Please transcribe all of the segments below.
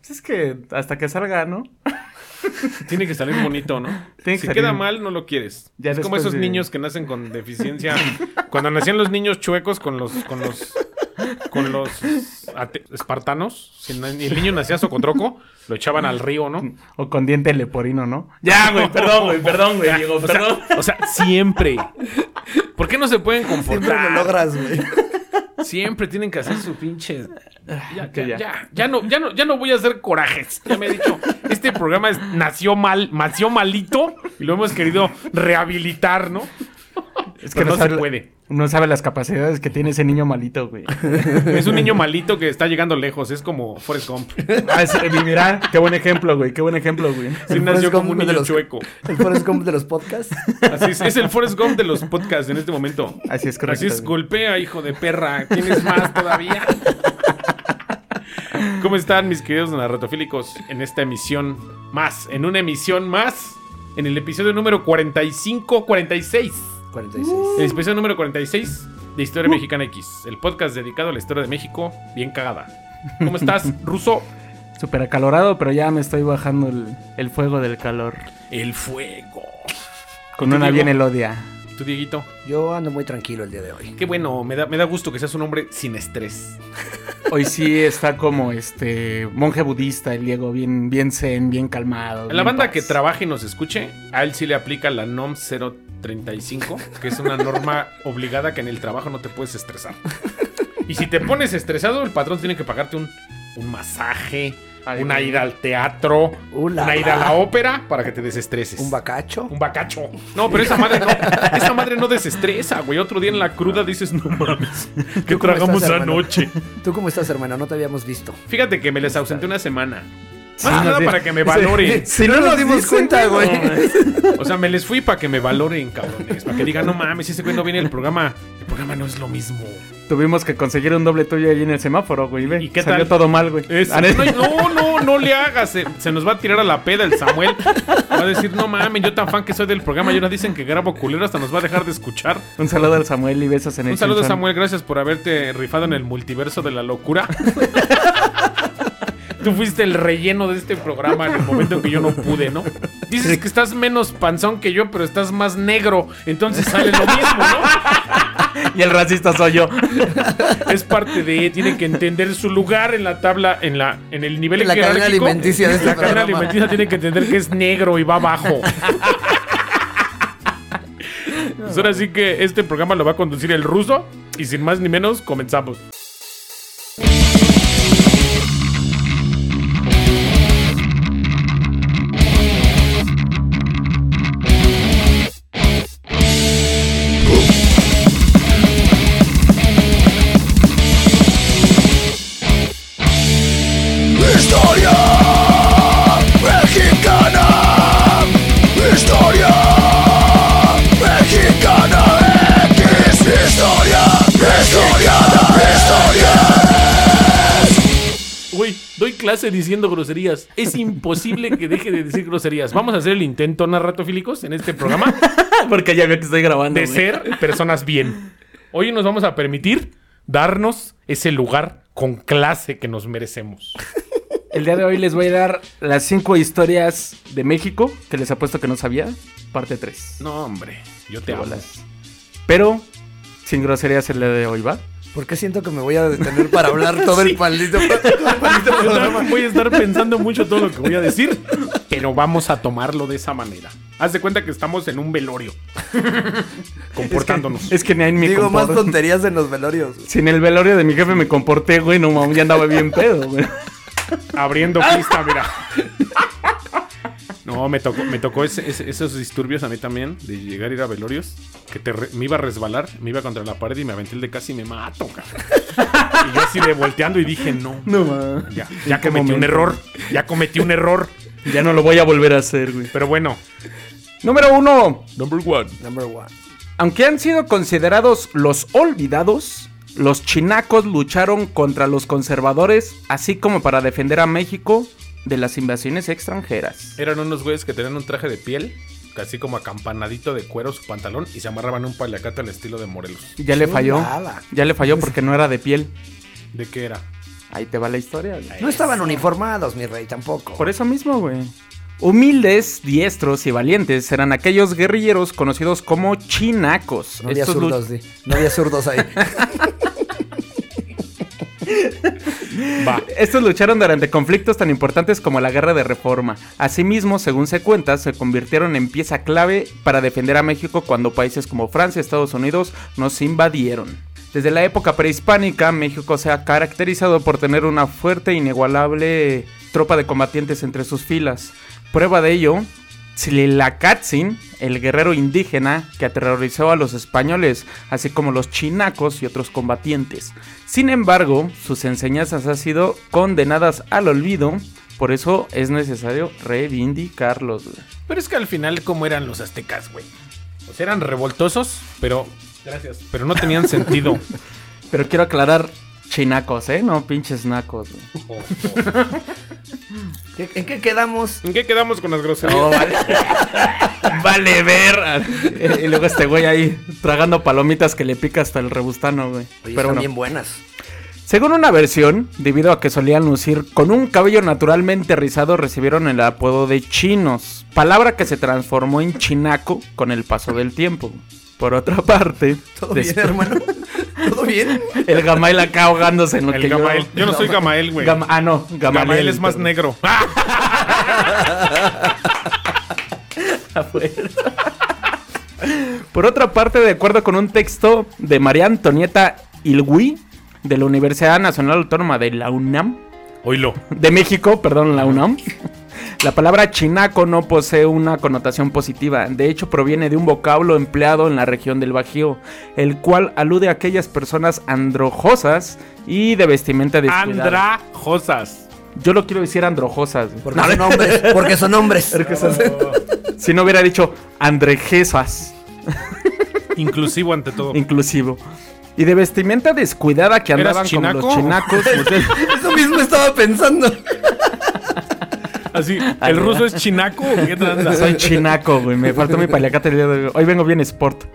Pues es que hasta que salga, ¿no? Tiene que salir bonito, ¿no? Tiene que si salir- queda mal, no lo quieres. Ya es como después esos de- niños que nacen con deficiencia. Cuando nacían los niños chuecos con los, con los, con los ate- espartanos, si na- el niño nacía socotroco, lo echaban al río, ¿no? O con diente leporino, ¿no? Ya, güey, perdón, güey, perdón, güey, Diego, O sea, perdón. o sea, siempre. ¿Por qué no se pueden Siempre lo comportar? logras, güey. Siempre tienen que hacer su pinche. Ah, Ya, que ya. ya, ya, ya no, ya no, ya no voy a hacer corajes. Ya me he dicho, este programa es- nació mal, nació malito y lo hemos querido rehabilitar, ¿no? Es que no se sabe- puede. No sabe las capacidades que tiene ese niño malito, güey. Es un niño malito que está llegando lejos. Es como Forrest Gump. Ah, ese- mira, qué buen ejemplo, güey, qué buen ejemplo, güey. Sí, El nació Forrest como Gump un de niño los- chueco. El Forrest Gump de los podcasts. Así es, es el Forrest Gump de los podcasts en este momento. Así es, correcto. Así es, güey. golpea, hijo de perra. ¿Tienes más todavía? ¿Cómo están mis queridos narratofílicos en esta emisión más? En una emisión más, en el episodio número 45-46. 46. El episodio número 46 de Historia Mexicana X, el podcast dedicado a la historia de México, bien cagada. ¿Cómo estás, ruso? Súper acalorado, pero ya me estoy bajando el, el fuego del calor. El fuego. Con ¿Tú, una Diego? bien elodia. Tú, Dieguito. Yo ando muy tranquilo el día de hoy. Qué bueno, me da, me da gusto que seas un hombre sin estrés. Hoy sí está como este monje budista, el Diego, bien, bien zen, bien calmado. A la bien banda paz. que trabaje y nos escuche, a él sí le aplica la NOM 035, que es una norma obligada que en el trabajo no te puedes estresar. Y si te pones estresado, el patrón tiene que pagarte un, un masaje, Ay, una güey. ida al teatro, Ula, una ida a la. la ópera para que te desestreses. Un bacacho. Un bacacho. No, pero esa madre no. Esa madre no desestresa, güey. Otro día en la cruda dices, no mames, ¿qué ¿Tú cómo tragamos estás, hermano? anoche? ¿Tú cómo estás, hermano? No te habíamos visto. Fíjate que me les ausenté una semana. Más Sí, que nos nada di- para que me valoren. Si no nos dimos cuenta, güey. O sea, me les fui para que me valoren, cabrones. Para que digan, no mames, si ese güey no viene el programa. El programa no es lo mismo. Tuvimos que conseguir un doble tuyo ahí en el semáforo, güey. ve. ¿Y qué Salió tal? todo mal, güey. Es- Ah, no, no, no, no le hagas. Se, se nos va a tirar a la peda el Samuel. Va a decir, no mames, yo tan fan que soy del programa. Y ahora dicen que grabo culero, hasta nos va a dejar de escuchar. Un saludo al Samuel y besos en el Un saludo, chinchón. Samuel. Gracias por haberte rifado en el multiverso de la locura. Tú fuiste el relleno de este programa en el momento en que yo no pude, ¿no? Dices que estás menos panzón que yo, pero estás más negro. Entonces sale lo mismo, ¿no? Y el racista soy yo. Es parte de. Tiene que entender su lugar en la tabla, en la en el nivel En la cadena jerárquico. alimenticia de este La cadena programa. alimenticia tiene que entender que es negro y va abajo. Pues ahora sí que este programa lo va a conducir el ruso. Y sin más ni menos, comenzamos. Historia mexicana. Historia mexicana. X. Historia mexicana. Historia. Güey, doy clase diciendo groserías. Es imposible que deje de decir groserías. Vamos a hacer el intento, narratofílicos, en este programa Porque ya veo que estoy grabando. de güey. ser personas bien. Hoy nos vamos a permitir darnos ese lugar con clase que nos merecemos. El día de hoy les voy a dar las cinco historias de México que les apuesto que no sabía, parte 3. No, hombre, yo te hablo. Pero sin groserías el día de hoy, ¿va? ¿Por qué siento que me voy a detener para hablar todo el palito? todo el palito programa? Voy a estar pensando mucho todo lo que voy a decir, pero vamos a tomarlo de esa manera. Haz de cuenta que estamos en un velorio. Comportándonos. Es que ni ahí me Digo más comporto. tonterías en los velorios. güey. Si en el velorio de mi jefe me comporté, güey, no mames, ya andaba bien pedo, güey. Abriendo pista, mira. No, me tocó, me tocó ese- ese- esos disturbios a mí también, de llegar a ir a velorios, que te re- me iba a resbalar, me iba contra la pared y me aventé el de casi y me mato, cabrón. Y yo así de volteando y dije, no, No mames. ya, ya cometí un momento? error, ya cometí un error. Ya no lo voy a volver a hacer, güey. Pero bueno, Número uno. number one. Number one. Aunque han sido considerados los olvidados, los chinacos lucharon contra los conservadores, así como para defender a México de las invasiones extranjeras. Eran unos güeyes que tenían un traje de piel, casi como acampanadito de cuero su pantalón y se amarraban un paliacate al estilo de Morelos. Ya le falló. Chulada. Ya le falló porque no era de piel. ¿De qué era? Ahí te va la historia. güey. No estaban uniformados, mi rey, tampoco. Por eso mismo, güey. Humildes, diestros y valientes eran aquellos guerrilleros conocidos como chinacos. no había Estos lu- zurdos, di. No había zurdos ahí. Va. Estos lucharon durante conflictos tan importantes como la Guerra de Reforma. Asimismo, según se cuenta, se convirtieron en pieza clave para defender a México cuando países como Francia y Estados Unidos nos invadieron. Desde la época prehispánica, México se ha caracterizado por tener una fuerte e inigualable tropa de combatientes entre sus filas. Prueba de ello, Tzilacatzin, el guerrero indígena que aterrorizó a los españoles, así como los chinacos y otros combatientes. Sin embargo, sus enseñanzas han sido condenadas al olvido, por eso es necesario reivindicarlos. güey. Pero es que al final, ¿cómo eran los aztecas, güey? O sea, eran revoltosos, pero. Gracias. Pero no tenían sentido. Pero quiero aclarar, chinacos, ¿eh? No pinches nacos. güey. ¿Qué- ¿En qué quedamos? ¿En qué quedamos con las groserías? Vale ver. y luego este güey ahí tragando palomitas que le pica hasta el rebustano, güey. Oye, Pero están bueno. bien buenas. Según una versión, debido a que solían lucir con un cabello naturalmente rizado, recibieron el apodo de chinos, palabra que se transformó en chinaco con el paso del tiempo. Por otra parte, ¿Todo des- bien, hermano? ¿Todo bien? el Gamael acá ahogándose en lo que El yo- Gamael. Yo no soy Gamael, güey. Gam- ah, no, Gamaliel. Gamael es más perdón. negro. Por otra parte, de acuerdo con un texto de María Antonieta Ilgui, de la Universidad Nacional Autónoma de la UNAM, Oílo. de México, perdón, la UNAM. La palabra chinaco no posee una connotación positiva, de hecho proviene de un vocablo empleado en la región del Bajío, el cual alude a aquellas personas androjosas y de vestimenta descuidada. Andrajosas. Yo lo quiero decir androjosas, güey. Porque son hombres. Porque son hombres. si no hubiera dicho andrejesas. Inclusivo ante todo. inclusivo. Y de vestimenta descuidada que ¿Eras andaban como los chinaco? chinacos. ustedes- Eso mismo estaba pensando. Así, ¿el ruso es chinaco o qué tranza? Soy chinaco, güey. Me faltó mi paliacate el día de hoy. Hoy vengo bien sport.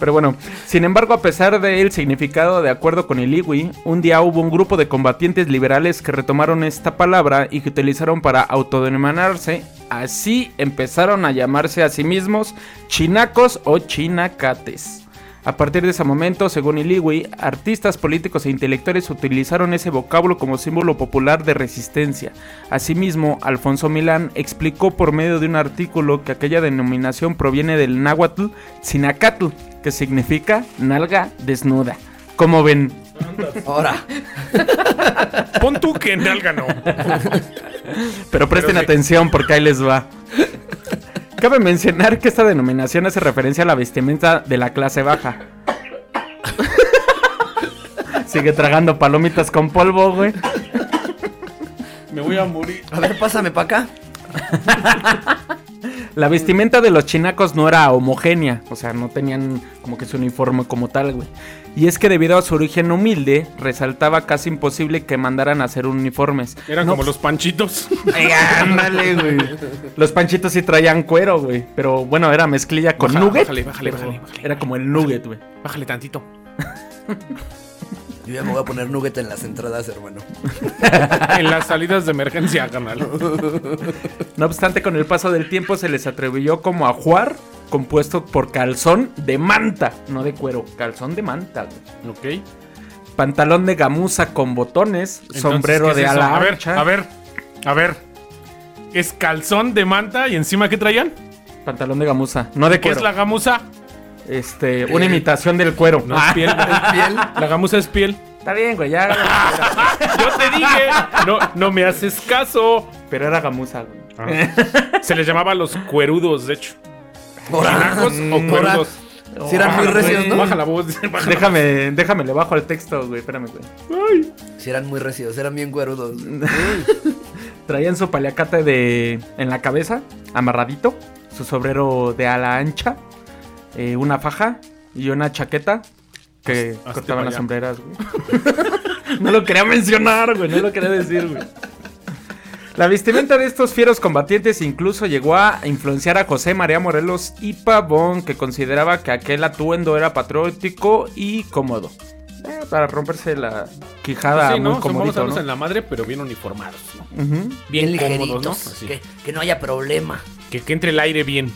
Pero bueno, sin embargo, a pesar del significado de acuerdo con el Iwi, un día hubo un grupo de combatientes liberales que retomaron esta palabra y que utilizaron para autodenominarse. Así empezaron a llamarse a sí mismos chinacos o chinacates. A partir de ese momento, según Iliwi, artistas, políticos e intelectuales utilizaron ese vocablo como símbolo popular de resistencia. Asimismo, Alfonso Milán explicó por medio de un artículo que aquella denominación proviene del náhuatl sinacatl, que significa nalga desnuda. Como ven, Ahora. Pon tú que en nalga no. pero presten Pero sí. atención porque ahí les va. Cabe mencionar que esta denominación hace referencia a la vestimenta de la clase baja. Sigue tragando palomitas con polvo, güey. Me voy a morir. A ver, pásame para acá. La vestimenta de los chinacos no era homogénea, o sea, no tenían como que su uniforme como tal, güey. Y es que debido a su origen humilde, resaltaba casi imposible que mandaran a hacer uniformes. Eran No, como los panchitos. Ay, ándale, güey. Los panchitos sí traían cuero, güey. Pero bueno, era mezclilla con Bájale, nugget. bájale, bájale, pero bájale, bájale. Era como el nugget, güey. Bájale tantito. Yo ya me voy a poner nugget en las entradas, hermano. En las salidas de emergencia, canal. No obstante, con el paso del tiempo se les atribuyó como ajuar compuesto por calzón de manta. No de cuero, calzón de manta, güey. Ok. Pantalón de gamuza con botones, sombrero de Entonces, ¿qué es eso? ala A ver, ancha. a ver, a ver. Es calzón de manta y encima ¿qué traían? Pantalón de gamuza, no de ¿Qué es cuero. la gamuza? Este, una imitación del cuero. No Ah, es piel. La gamuza es piel. Está bien, güey, ya. Yo te dije, no, no me haces caso. Pero era gamuza, güey. Se les llamaba los cuerudos, de hecho. Ah, Ahora. ¿Nacos o Ahora. cuerudos? Si eran muy Ah, Bájala, güey, recios, ¿no? Baja la voz. baja la Déjame, déjame, le bajo al texto, güey. Espérame, güey. Si eran muy recios, eran bien cuerudos. Traían su paliacate de, en la cabeza, amarradito, su sombrero de ala ancha, eh, una faja y una chaqueta que Hazte cortaban pa' las allá. sombreras, güey. no lo quería mencionar, güey, no lo quería decir, güey. La vestimenta de estos fieros combatientes incluso llegó a influenciar a José María Morelos y Pavón, que consideraba que aquel atuendo era patriótico y cómodo. Eh, para romperse la quijada Pues sí, muy ¿no? Son- vamos a comodito, darnos ¿no? en la madre, pero bien uniformados, ¿no? Ujú. Bien, cómodos, ¿no? Pues ligeritos. Así. que, que no haya problema. Que, que entre el aire bien.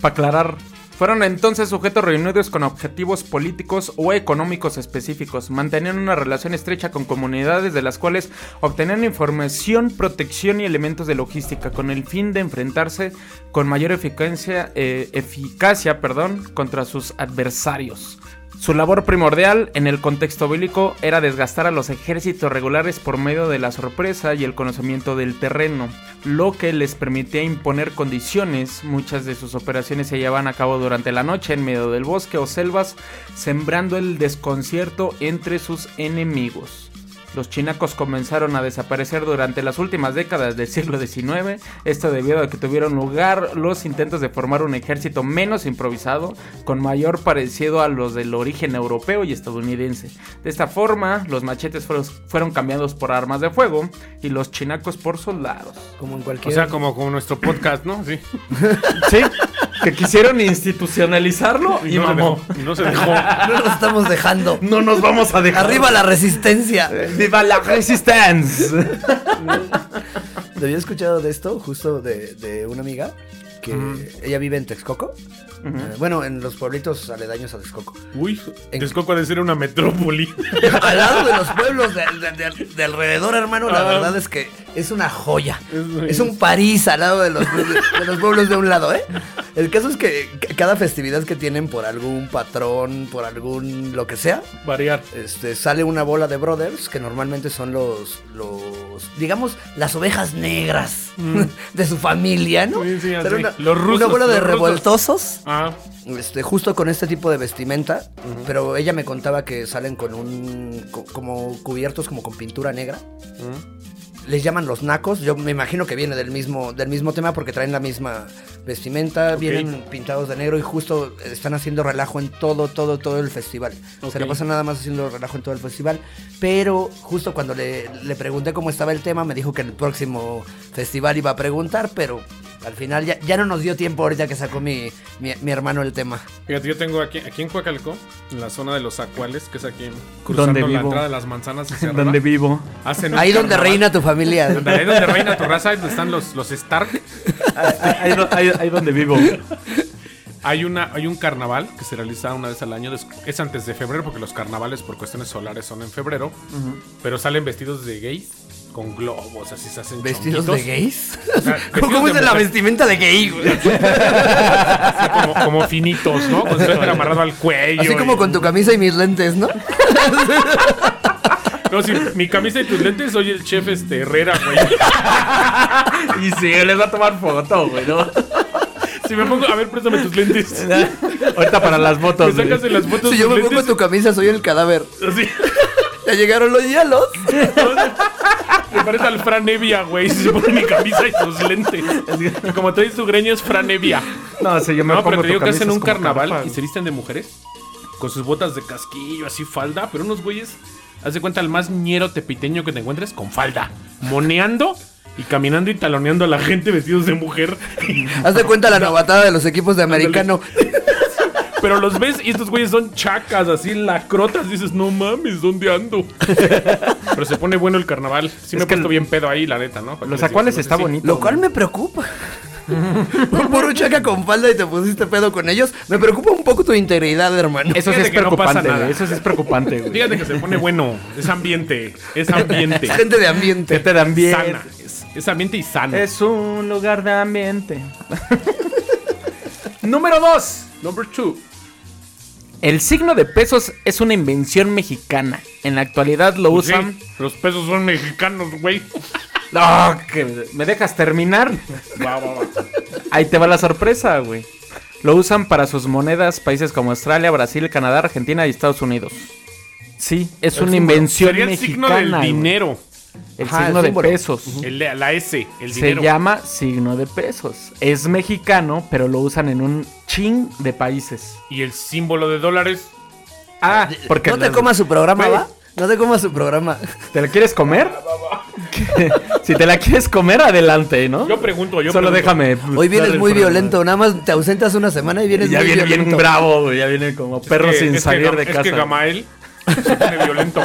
Para aclarar, fueron entonces sujetos reunidos con objetivos políticos o económicos específicos. Mantenían una relación estrecha con comunidades de las cuales obtenían información, protección y elementos de logística con el fin de enfrentarse con mayor eficacia, eh, eficacia perdón, contra sus adversarios. Su labor primordial en el contexto bélico era desgastar a los ejércitos regulares por medio de la sorpresa y el conocimiento del terreno, lo que les permitía imponer condiciones. Muchas de sus operaciones se llevaban a cabo durante la noche en medio del bosque o selvas, sembrando el desconcierto entre sus enemigos. Los chinacos comenzaron a desaparecer durante las últimas décadas del siglo XIX, esto debido a que tuvieron lugar los intentos de formar un ejército menos improvisado, con mayor parecido a los del origen europeo y estadounidense. De esta forma, los machetes fueron, fueron cambiados por armas de fuego y los chinacos por soldados. Como en O cualquier. sea, como, como nuestro podcast, ¿no? Sí. Sí, que quisieron institucionalizarlo y, no se mamó. dejó, y no se dejó. no nos estamos dejando. No nos vamos a dejar. Arriba la resistencia. ¡Viva la resistance! Lo había escuchado de esto justo de, de una amiga que ella vive en Texcoco. Eh, bueno, en los pueblitos aledaños a Texcoco. Uy, Texcoco ha de ser una metrópoli. Al lado de los pueblos de, de- de- de alrededor, hermano, Ah. la verdad es que es una joya. Es un París al lado de los, de los pueblos de un lado, ¿eh? El caso es que c- cada festividad que tienen por algún patrón, por algún lo que sea, Variar. este, sale una bola de brothers que normalmente son los, los digamos, las ovejas negras de su familia, ¿no? Mm. Sí, sí, así. Sale una, Los rusos, una bola de los rusos. revoltosos, Ah, este, justo con este tipo de vestimenta, pero ella me contaba que salen con un, co- como cubiertos como con pintura negra. Les llaman los nacos, yo me imagino que viene del mismo, del mismo tema porque traen la misma vestimenta, Ok. vienen pintados de negro y justo están haciendo relajo en todo, todo, todo el festival. Ok. Se la pasan nada más haciendo relajo en todo el festival. Pero justo cuando le, le pregunté cómo estaba el tema, me dijo que en el próximo festival iba a preguntar, pero al final ya, ya no nos dio tiempo ahorita que sacó mi, mi, mi hermano el tema. fíjate, yo tengo aquí, aquí en Coacalco, en la zona de los acuales, que es aquí cruzando Donde la vivo. entrada de las manzanas hacia arriba, Donde vivo. hacen un Ahí donde carnaval. reina tu familia. Donde- Ahí donde reina tu raza, ahí donde están los, los Stark. Ah, Ahí, ahí- ahí donde vivo. Hay, una, hay un carnaval que se realiza una vez al año. des- Es antes de febrero, porque los carnavales por cuestiones solares son en febrero. Pero salen vestidos de gays con globos, así se hacen ¿Vestidos de chonguitos. gays? sea, vestidos ¿Cómo de es la mujer. vestimenta de gay, güey? Así como, como finitos, ¿no? Con suéter amarrado al cuello. Así como y- con tu camisa y mis lentes, ¿no? No, sí, mi camisa y tus lentes, soy el chef este, Herrera, güey. Y sí, les va a tomar foto, güey, ¿no? Si me pongo, a ver, préstame tus lentes. Ahorita para las Me fotos. güey. sacas de las fotos Si yo tus me pongo lentes, tu camisa, soy el cadáver. así. Ya llegaron los hielos. Me parece al Fran Evia, güey. Si se pone mi camisa y sus lentes. Y como traes tu greña es Fran Evia. No, sí, yo me No, pongo pero te tu digo que camisa, hacen es un como carnaval carpa, y se visten de mujeres con sus botas de casquillo, así falda, pero unos güeyes, haz de cuenta, el más ñero tepiteño que te encuentres con falda, moneando y caminando y taloneando a la gente vestidos de mujer. Haz de cuenta la novatada de los equipos de americano. pero los ves y estos güeyes son chacas, así lacrotas, dices, no mames, ¿dónde ando? pero se pone bueno el carnaval. Sí me he que puesto el- bien pedo ahí, la neta, ¿no? Para que Los les digo, acuales pero está sí. bonito. Lo cual me preocupa. Por puro chaca con falda y te pusiste pedo con ellos. Me preocupa un poco tu integridad, hermano. Eso sí Fíjate es que no pasa preocupante, nada. ¿eh? güey. Eso sí es preocupante, güey. Fíjate que se pone bueno, es ambiente, es ambiente. Es gente de Que ambiente. te dan bien. sana, es, es ambiente y sano. Es un lugar de ambiente. Número 2. Number two. El signo de pesos es una invención mexicana. En la actualidad lo Pues usan. sí, los pesos son mexicanos, güey. No, que me dejas terminar. Va, va, va. Ahí te va la sorpresa, güey. Lo usan para sus monedas países como Australia, Brasil, Canadá, Argentina y Estados Unidos. Sí, es, una invención Sería el signo mexicana. del güey. dinero. El Ajá, el signo de símbolo. pesos. El, de- la S, el Se dinero. llama signo de pesos. Es mexicano, pero lo usan en un chin de países. Y el símbolo de dólares. Ah, porque Eh, No te las- comas su programa, Güey. Pues ¿va? No te comas su programa. ¿Te la quieres comer? Ah, ¿Qué? si te la quieres comer, adelante, ¿no? Yo pregunto, yo Solo pregunto. déjame. Hoy vienes dar el muy programa. violento. Nada más te ausentas una semana y vienes Ya muy viene bien violento. bravo, güey. Ya viene como perro Es que- sin es que salir Gam- de casa. Es que Gamael Se pone violento.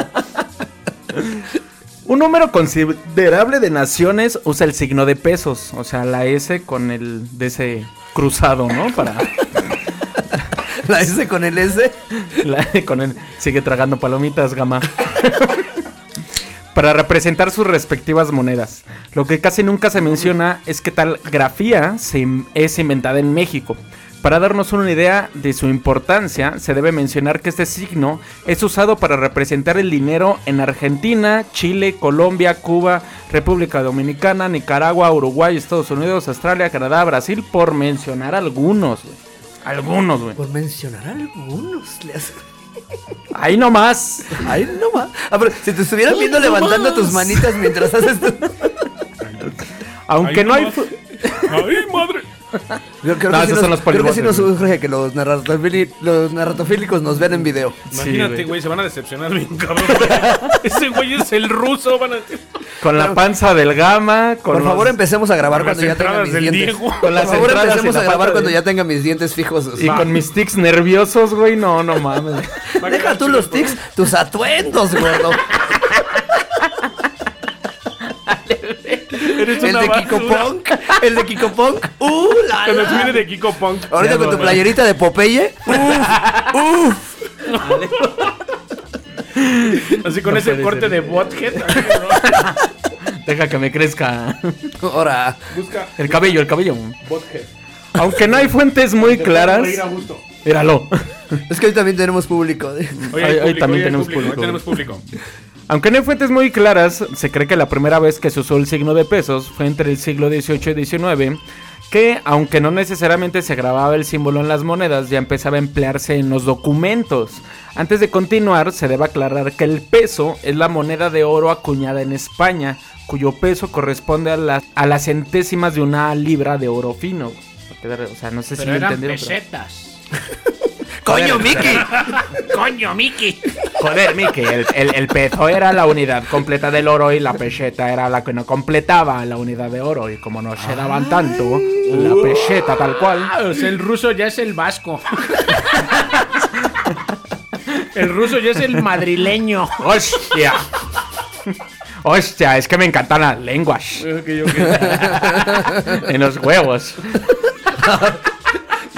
Un número considerable de naciones usa el signo de pesos, o sea, la S con el de ese cruzado, ¿no? Para La S con el S. la- con el sigue tragando palomitas, gama. Para representar sus respectivas monedas. Lo que casi nunca se menciona es que tal grafía se in- es inventada en México. Para darnos una idea de su importancia, se debe mencionar que este signo es usado para representar el dinero en Argentina, Chile, Colombia, Cuba, República Dominicana, Nicaragua, Uruguay, Estados Unidos, Australia, Canadá, Brasil, por mencionar algunos, güey. Algunos, güey. Por mencionar algunos. le hace- Ahí nomás. Ay, no más. Ah, pero si te estuvieran viendo levantando tus manitas mientras haces tu... Aunque Ahí no hay. nomás. fu- ¡Ay, madre! Yo creo No, que sí esos nos, son los creo que sí polibotes, nos urge que los, narratofili- los narratofílicos nos vean en video. Imagínate, güey. güey, se van a decepcionar bien, cabrón. Ese güey es el ruso, van a decir. Con la panza del gama. Con Por los- favor, empecemos a grabar Con cuando las ya tenga entradas mis del dientes. Diego. Con las Por favor, entradas y empecemos la a grabar parte cuando de- ya tenga mis dientes fijos. Y con mis tics nerviosos, güey. No, no mames. Va a Deja quedar tú chido, los tics, tus atuendos, gordo. Eres el una de basura. Kiko Punk. El de Kiko Punk. Uh, la, Se nos la. viene de Kiko Punk. Ahorita con tu playerita de Popeye. Así con No ese puede corte ser. de bothead. así, Deja que me crezca. Ahora. ¿no? Busca El cabello, el cabello. bothead. Aunque no hay fuentes muy claras. Ir a gusto. Míralo. Es que hoy también tenemos público. Oye, Ahí- hay ahí público, también oye, hay tenemos público. público. ahí tenemos público. Aunque no hay fuentes muy claras, se cree que la primera vez que se usó el signo de pesos fue entre el siglo XVIII y XIX, que aunque no necesariamente se grababa el símbolo en las monedas, ya empezaba a emplearse en los documentos. Antes de continuar, se debe aclarar que el peso es la moneda de oro acuñada en España, cuyo peso corresponde a, las- a las centésimas de una libra de oro fino. O sea, no sé si me entendieron. pero- ¡Coño, Mickey! Joder, Miki, el, el- el peso era la unidad completa del oro y la peseta era la que no completaba la unidad de oro. Y como no se daban tanto, la peseta tal cual. O sea, el ruso ya es el vasco. el ruso ya es el madrileño. ¡Hostia! ¡Hostia! Es que me encantan las lenguas. En los huevos.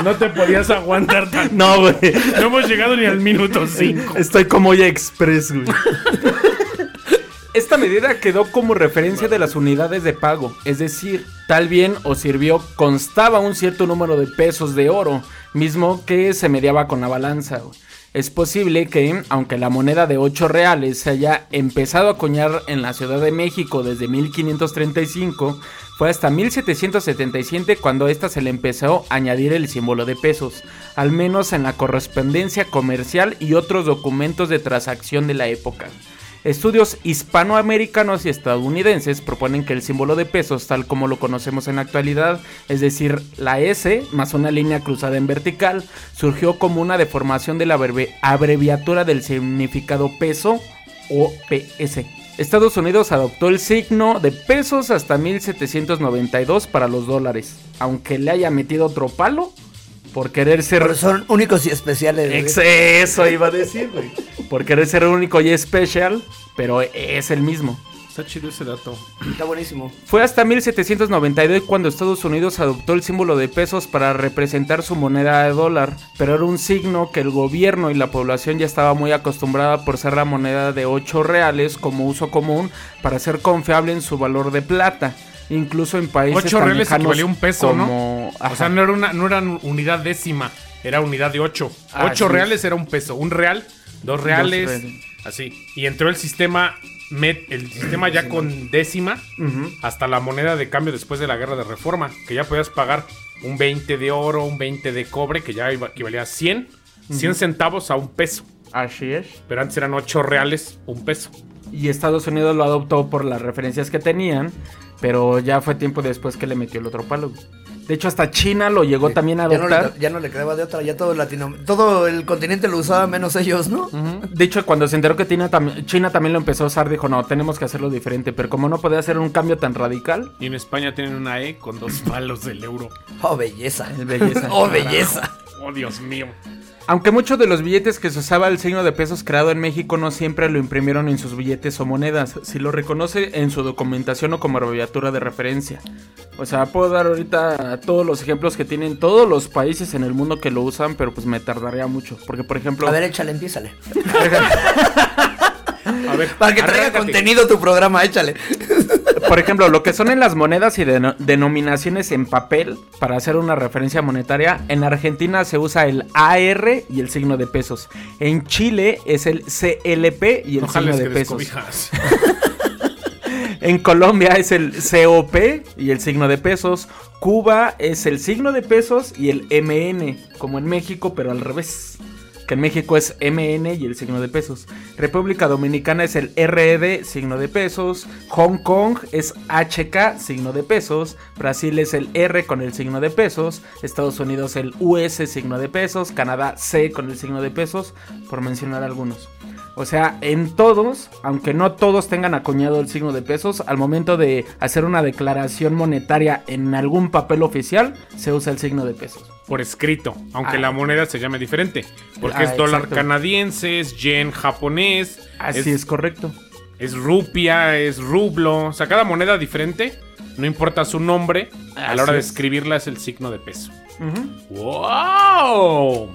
No te podías aguantar tan. No, güey. No hemos llegado ni al minuto 5. Estoy como ya express, güey. Esta medida quedó como referencia de las unidades de pago, es decir, tal bien o sirvió constaba un cierto número de pesos de oro, mismo que se mediaba con la balanza. güey. Es posible que, aunque la moneda de 8 reales se haya empezado a acuñar en la Ciudad de México desde 1535, fue hasta 1777 cuando a esta se le empezó a añadir el símbolo de pesos, al menos en la correspondencia comercial y otros documentos de transacción de la época. Estudios hispanoamericanos y estadounidenses proponen que el símbolo de pesos, tal como lo conocemos en la actualidad, es decir, la S más una línea cruzada en vertical, surgió como una deformación de la abrevi- abreviatura del significado peso o PS. Estados Unidos adoptó el signo de pesos hasta 1792 para los dólares, aunque le haya metido otro palo por querer ser Pero son únicos y especiales. güey. Ex- Eso iba a decir, güey. Por querer ser único y especial, pero es el mismo. Está chido ese dato. Está buenísimo. Fue hasta 1792 cuando Estados Unidos adoptó el símbolo de pesos para representar su moneda de dólar, pero era un signo que el gobierno y la población ya estaba muy acostumbrada por ser la moneda de 8 reales como uso común para ser confiable en su valor de plata, incluso en países 8 tan reales lejanos equivalía a un peso, como- ¿no? O sea, Ajá. no era, una, no era unidad décima, era unidad de 8. Ah, 8 sí. reales era un peso, un real, dos reales, reales. así. Y entró el sistema, met- el sistema ya con décima hasta la moneda de cambio después de la guerra de reforma, que ya podías pagar un 20 de oro, un 20 de cobre, que ya iba- equivalía a 100, 100 centavos a un peso. Así es. Pero antes eran 8 reales, un peso. Y Estados Unidos lo adoptó por las referencias que tenían, pero ya fue tiempo después que le metió el otro palo. güey. De hecho, hasta China lo llegó también a Ya no, adoptar. le, ya no le quedaba de otra, ya todo Latino, todo el continente lo usaba menos ellos, ¿no? Mm. De hecho, cuando se enteró que China, tam- China también lo empezó a usar, dijo, no, tenemos que hacerlo diferente. Pero como no podía hacer un cambio tan radical, Y en España tienen una E con dos palos del euro. Oh, belleza. belleza. oh, belleza. Oh, Dios mío. Aunque muchos de los billetes que se usaba el signo de pesos creado en México no siempre lo imprimieron en sus billetes o monedas, si lo reconoce en su documentación o como abreviatura de referencia. O sea, puedo dar ahorita todos los ejemplos que tienen todos los países en el mundo que lo usan, pero pues me tardaría mucho. Porque, por ejemplo, A ver, échale, empiézale. A ver, Para que traiga arráncate. contenido tu programa, échale. eh. por ejemplo, lo que son en las monedas y deno- denominaciones en papel, para hacer una referencia monetaria, en Argentina se usa el AR y el signo de pesos. En Chile es el CLP y el No jales signo que de pesos. descobijas. En Colombia es el COP y el signo de pesos. Cuba es el signo de pesos y el MN, como en México, pero al revés. Que en México es MN y el signo de pesos. República Dominicana es el RD, signo de pesos. Hong Kong es HK, signo de pesos. Brasil es el R con el signo de pesos. Estados Unidos el US, signo de pesos. Canadá C con el signo de pesos, por mencionar algunos. O sea, en todos, aunque no todos tengan acuñado el signo de pesos, al momento de hacer una declaración monetaria en algún papel oficial, se usa el signo de pesos. Por escrito, aunque Ah. la moneda se llame diferente. Porque Ah, es dólar exacto. canadiense, es yen japonés, Así es, es, correcto. es rupia, es rublo. O sea, cada moneda diferente, no importa su nombre, a Así la hora de es. escribirla es el signo de peso. Ujú. ¡Wow!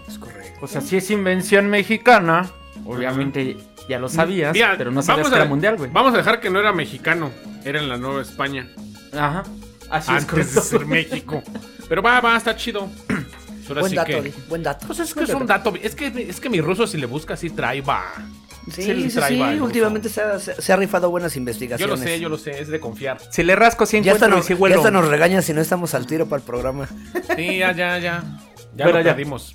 O sea, si es invención mexicana, obviamente ya lo sabías, Mira, pero no sabías que era mundial, güey. Vamos a dejar que no era mexicano, era en la Nueva España, Ajá. Así es antes correcto. de ser México. Pero va, va, está chido. Ahora Buen sí dato, que- Di, buen dato. Pues es que es un dato. Es que, es que mi ruso, si le busca, sí trae, va. Sí, le sí, sí, trae, va, el ruso. últimamente se ha, se- se ha rifado buenas Yo investigaciones. lo sé, yo lo sé, es de confiar. Si le rasco 100 Ya hasta, encuentro y nos, si ya huelo. hasta nos regañan si no estamos al tiro para el programa. Sí, ya, ya, ya. Ya Pero lo ya. perdimos.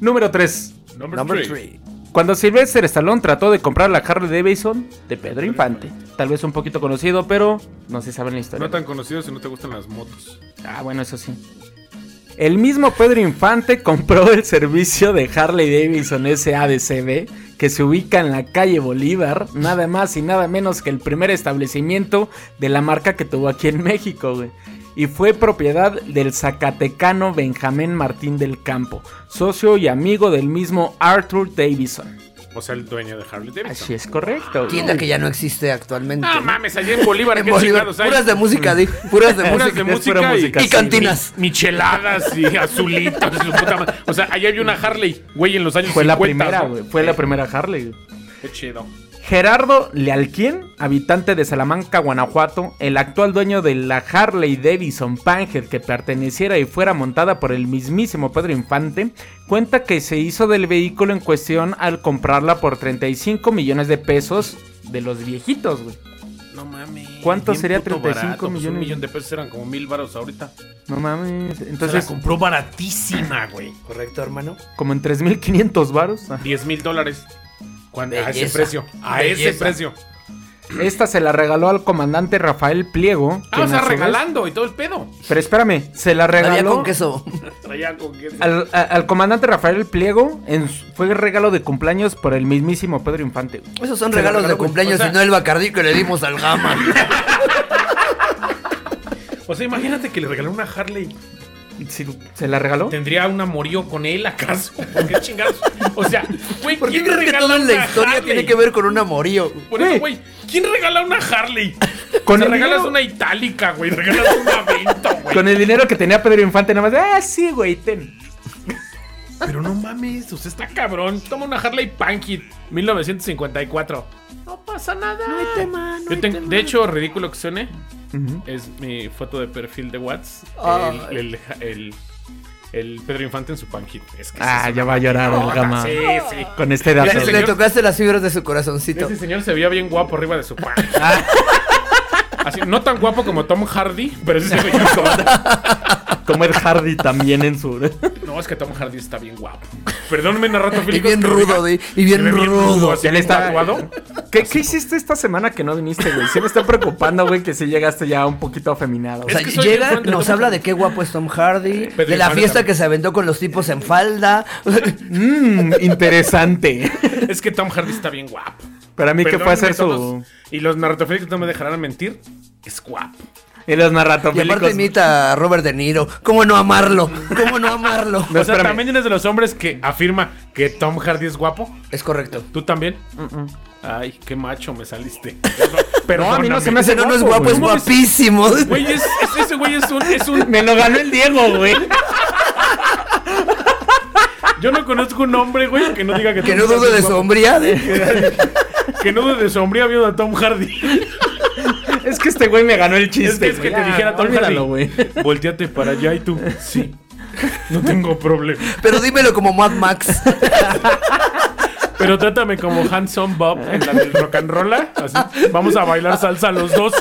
Número 3. Number, Number three. three. Cuando Sylvester Stallone trató de comprar la Harley Davidson de Pedro Infante, tal vez un poquito conocido, pero no se sabe la historia. No tan conocido si no te gustan las motos. Ah, bueno, eso sí. El mismo Pedro Infante compró el servicio de Harley Davidson SADCB que se ubica en la calle Bolívar, nada más y nada menos que el primer establecimiento de la marca que tuvo aquí en México, güey. Y fue propiedad del zacatecano Benjamín Martín del Campo, socio y amigo del mismo Arthur Davidson. O sea, el dueño de Harley Davidson. Así es correcto. güey. Tienda que ya no existe actualmente. No ¿no? mames, allá en Bolívar, En Ah, ¿qué Bolívar, chingados hay? puras de música, Di, puras de Puras música. de es pura música y, música, Y cantinas. micheladas y azulitos. y su puta madre. O sea, allá había una Harley, güey, en los años Fue la 50, primera, ¿no? güey. Fue la primera Harley, güey. Qué chido. Gerardo Lealquien, habitante de Salamanca, Guanajuato, el actual dueño de la Harley Davidson Panhead que perteneciera y fuera montada por el mismísimo Pedro Infante, cuenta que se hizo del vehículo en cuestión al comprarla por 35 millones de pesos de los viejitos, güey. No mames. ¿Cuánto bien sería puto 35 barato, pues un millones? millón de pesos eran como mil varos ahorita. No mames. Entonces, Entonces, la compró baratísima, güey. Correcto, hermano. como en 3.500 varos. Ah. 10 mil dólares. Cuando- A ese Belleza. precio. A ese Belleza. precio. Esta se la regaló al comandante Rafael Pliego. Ah, o quien sea, a su vez- regalando y todo el pedo. Pero espérame, se la Había regaló. con queso. Traía con que- Al, a- al comandante Rafael Pliego en su- fue regalo de cumpleaños por el mismísimo Pedro Infante. güey. Esos son regalos de cumpleaños o sea- y no el bacardí que le dimos al gama. O sea, imagínate que le regaló una Harley. Sí, ¿Se la regaló? ¿Tendría un amorío con él acaso? ¿Por qué chingados? O sea, güey, ¿Por qué ¿quién crees que regala todo en la una historia Harley? tiene que ver con un amorío? Por eso, Güey. güey, ¿quién regala una Harley? Con Con el regalas dinero- una itálica, güey. Regalas un avento, güey. Con el dinero que tenía Pedro Infante, nada más. Ah, sí, güey, ten. Pero no mames, o sea, está cabrón. Toma una Harley Pankit 1954. No pasa nada. No hay tema, De hecho, ridículo que suene, es mi foto de perfil de Watts. Ah. El, el, el- el Pedro Infante en su Pankit. Es que Ah, sí, ya va a llorar el gama sí, sí. con este Le, dato. Gracias, le señor. tocaste las fibras de su corazoncito. Ese señor se veía bien guapo arriba de su pan. Así, no tan guapo como Tom Hardy, pero ese se veía guapo. Como Ed Hardy también en su. No, es que Tom Hardy está bien guapo. Perdónme, narrato Y fílico. bien rudo, Di, y bien rudo. Ya le está aguado. ¿Qué, qué hiciste esta semana que no viniste, güey? Sí me está preocupando, güey, que sí llegaste ya un poquito afeminado. O sea, Es que soy bien llega, fan de nos Tom habla Hardy. de qué guapo es Tom Hardy, Pedro de la Infante fiesta también. que se aventó con los tipos en falda. Mmm, interesante. Es que Tom Hardy está bien guapo. Para mí que fue a Perdónenme hacer su. todos, Y los narratofílicos no me dejarán mentir. Es guapo. Y los Y aparte narratopélicos. imita a Robert De Niro. ¿Cómo no amarlo? ¿Cómo no amarlo? No, o sea, espérame. también eres de los hombres que afirma que Tom Hardy es guapo. Es correcto. ¿Tú también? Ay, qué macho me saliste. Pero a mí no se me hace Ese no, no es guapo, guapo, es güey. guapísimo. Güey, es- es- ese güey es un, es un- Me lo ganó el Diego, güey. Yo no conozco un hombre, güey, que no diga que... Que Tom no Hardy dude de es su guapo. hombría. Que no dude de su hombría viendo a Tom Hardy. Es que este güey me ganó el chiste. Es que, es que güey. te dijera Ya, Tom olvídalo, Hardy. güey. Volteate para allá y tú... Sí. No tengo problema. Pero dímelo como Mad Max. Pero trátame como Handsome Bob en la del rock and roll. Así, vamos a bailar salsa los dos.